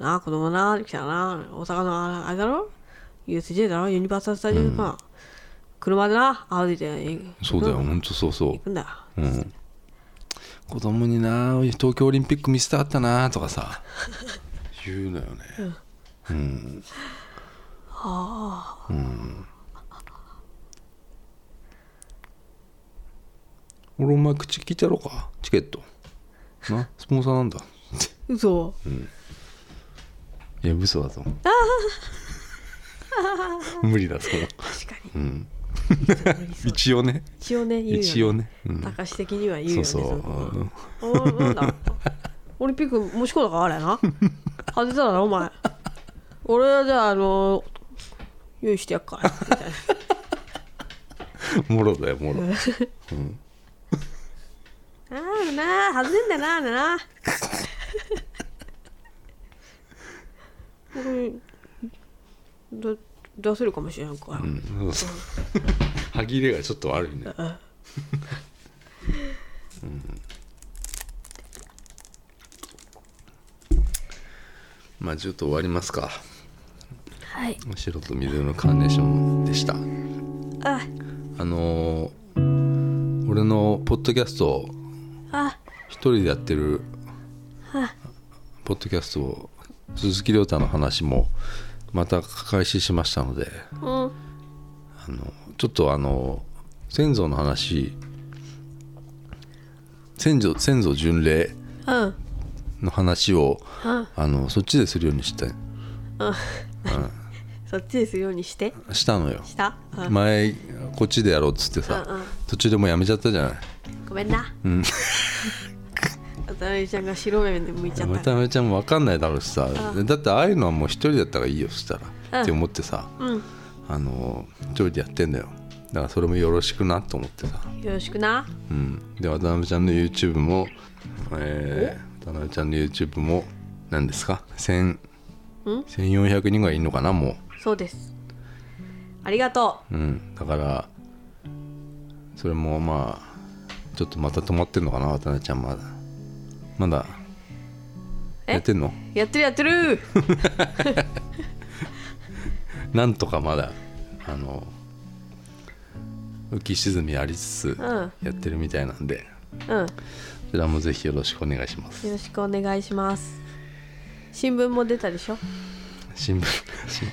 Speaker 2: なあ子供な来たな大阪のあれだろ USJ だろユニバーサル・スタジオか、車でな歩いて
Speaker 1: そうだよ
Speaker 2: 行
Speaker 1: 本当そうそ
Speaker 2: くんだ
Speaker 1: ううん子供にな東京オリンピック見せたかったなとかさ言うのよねうんうん俺お前口聞いてやろうかチケットなスポンサーなんだ
Speaker 2: 嘘
Speaker 1: いや嘘だと思 う無理だそう
Speaker 2: 確かに
Speaker 1: うん
Speaker 2: 無理そう
Speaker 1: 一応ね
Speaker 2: 一応ね言うよね
Speaker 1: 一応ね、うん
Speaker 2: 高橋的には言うよ
Speaker 1: そう
Speaker 2: ね
Speaker 1: そう
Speaker 2: いうこと
Speaker 1: うん
Speaker 2: おいな んだオリンピック申し込んだからあれやな外れたらなお前俺はじゃああの用意してやっからみたいな
Speaker 1: もろだよもろ
Speaker 2: ああなあ外れんだよなあれな俺だ出せるかもしれんから、
Speaker 1: うんそうそう歯切れがちょっと悪いねうんまあちょっと終わりますか
Speaker 2: はい
Speaker 1: 白と水色のカーネーションでした
Speaker 2: あ
Speaker 1: あのー俺のポッドキャストを
Speaker 2: あ
Speaker 1: 一人でやってるポッドキャストを鈴木亮太の話もまた開始しましたので
Speaker 2: うん
Speaker 1: あのちょっとあの先祖の話先祖先祖巡礼
Speaker 2: うん
Speaker 1: の話を
Speaker 2: うん
Speaker 1: あのそっちでするようにした
Speaker 2: そっちでするようにして
Speaker 1: したのよ
Speaker 2: した、うん
Speaker 1: 前こっちでやろうっつって
Speaker 2: うんうん
Speaker 1: さ途中でもうやめちゃったじゃない
Speaker 2: ごめんな
Speaker 1: うん
Speaker 2: 渡辺ちゃんが白目向いちゃった
Speaker 1: 渡辺ちゃんも分かんないだろうしさだってああいうのはもう一人だったらいいよそした
Speaker 2: うん
Speaker 1: らって思ってさ
Speaker 2: うん
Speaker 1: あの一人でやってんだよだからそれもよろしくなと思ってさ
Speaker 2: よろしくな
Speaker 1: うん、で渡辺ちゃんの YouTube も、えー、渡辺ちゃんの YouTube も何ですか1000
Speaker 2: ん
Speaker 1: 1400人ぐらいいるのかなも
Speaker 2: そうですありがと
Speaker 1: う、うん、だからそれもまあちょっとまた止まってんのかな渡辺ちゃんまだまだ
Speaker 2: え
Speaker 1: やってんの
Speaker 2: うやってるやっ てる
Speaker 1: なんとかまだあの浮き沈みありつつ
Speaker 2: うん
Speaker 1: やってるみたいなんで、
Speaker 2: うんよ
Speaker 1: そちらもぜひよろしくお願いします
Speaker 2: ろしくお願いします新聞も出たでしょ
Speaker 1: 新聞新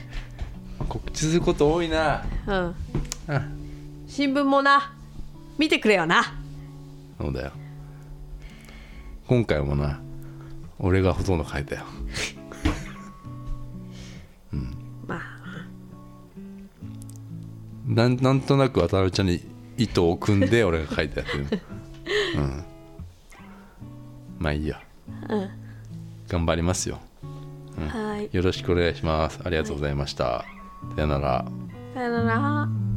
Speaker 1: 告知すること多いな
Speaker 2: うん
Speaker 1: あ
Speaker 2: 新聞もな見てくれよな
Speaker 1: そうだよ今回もな俺がほとんど書い たよ
Speaker 2: まあ
Speaker 1: なんなんとなく渡辺ちゃんに糸を組んで俺が書いたやつ、うん、まあいいよ、頑張りますよ
Speaker 2: はい
Speaker 1: よろしくお願いしますありがとうございました、さよなら
Speaker 2: さよなら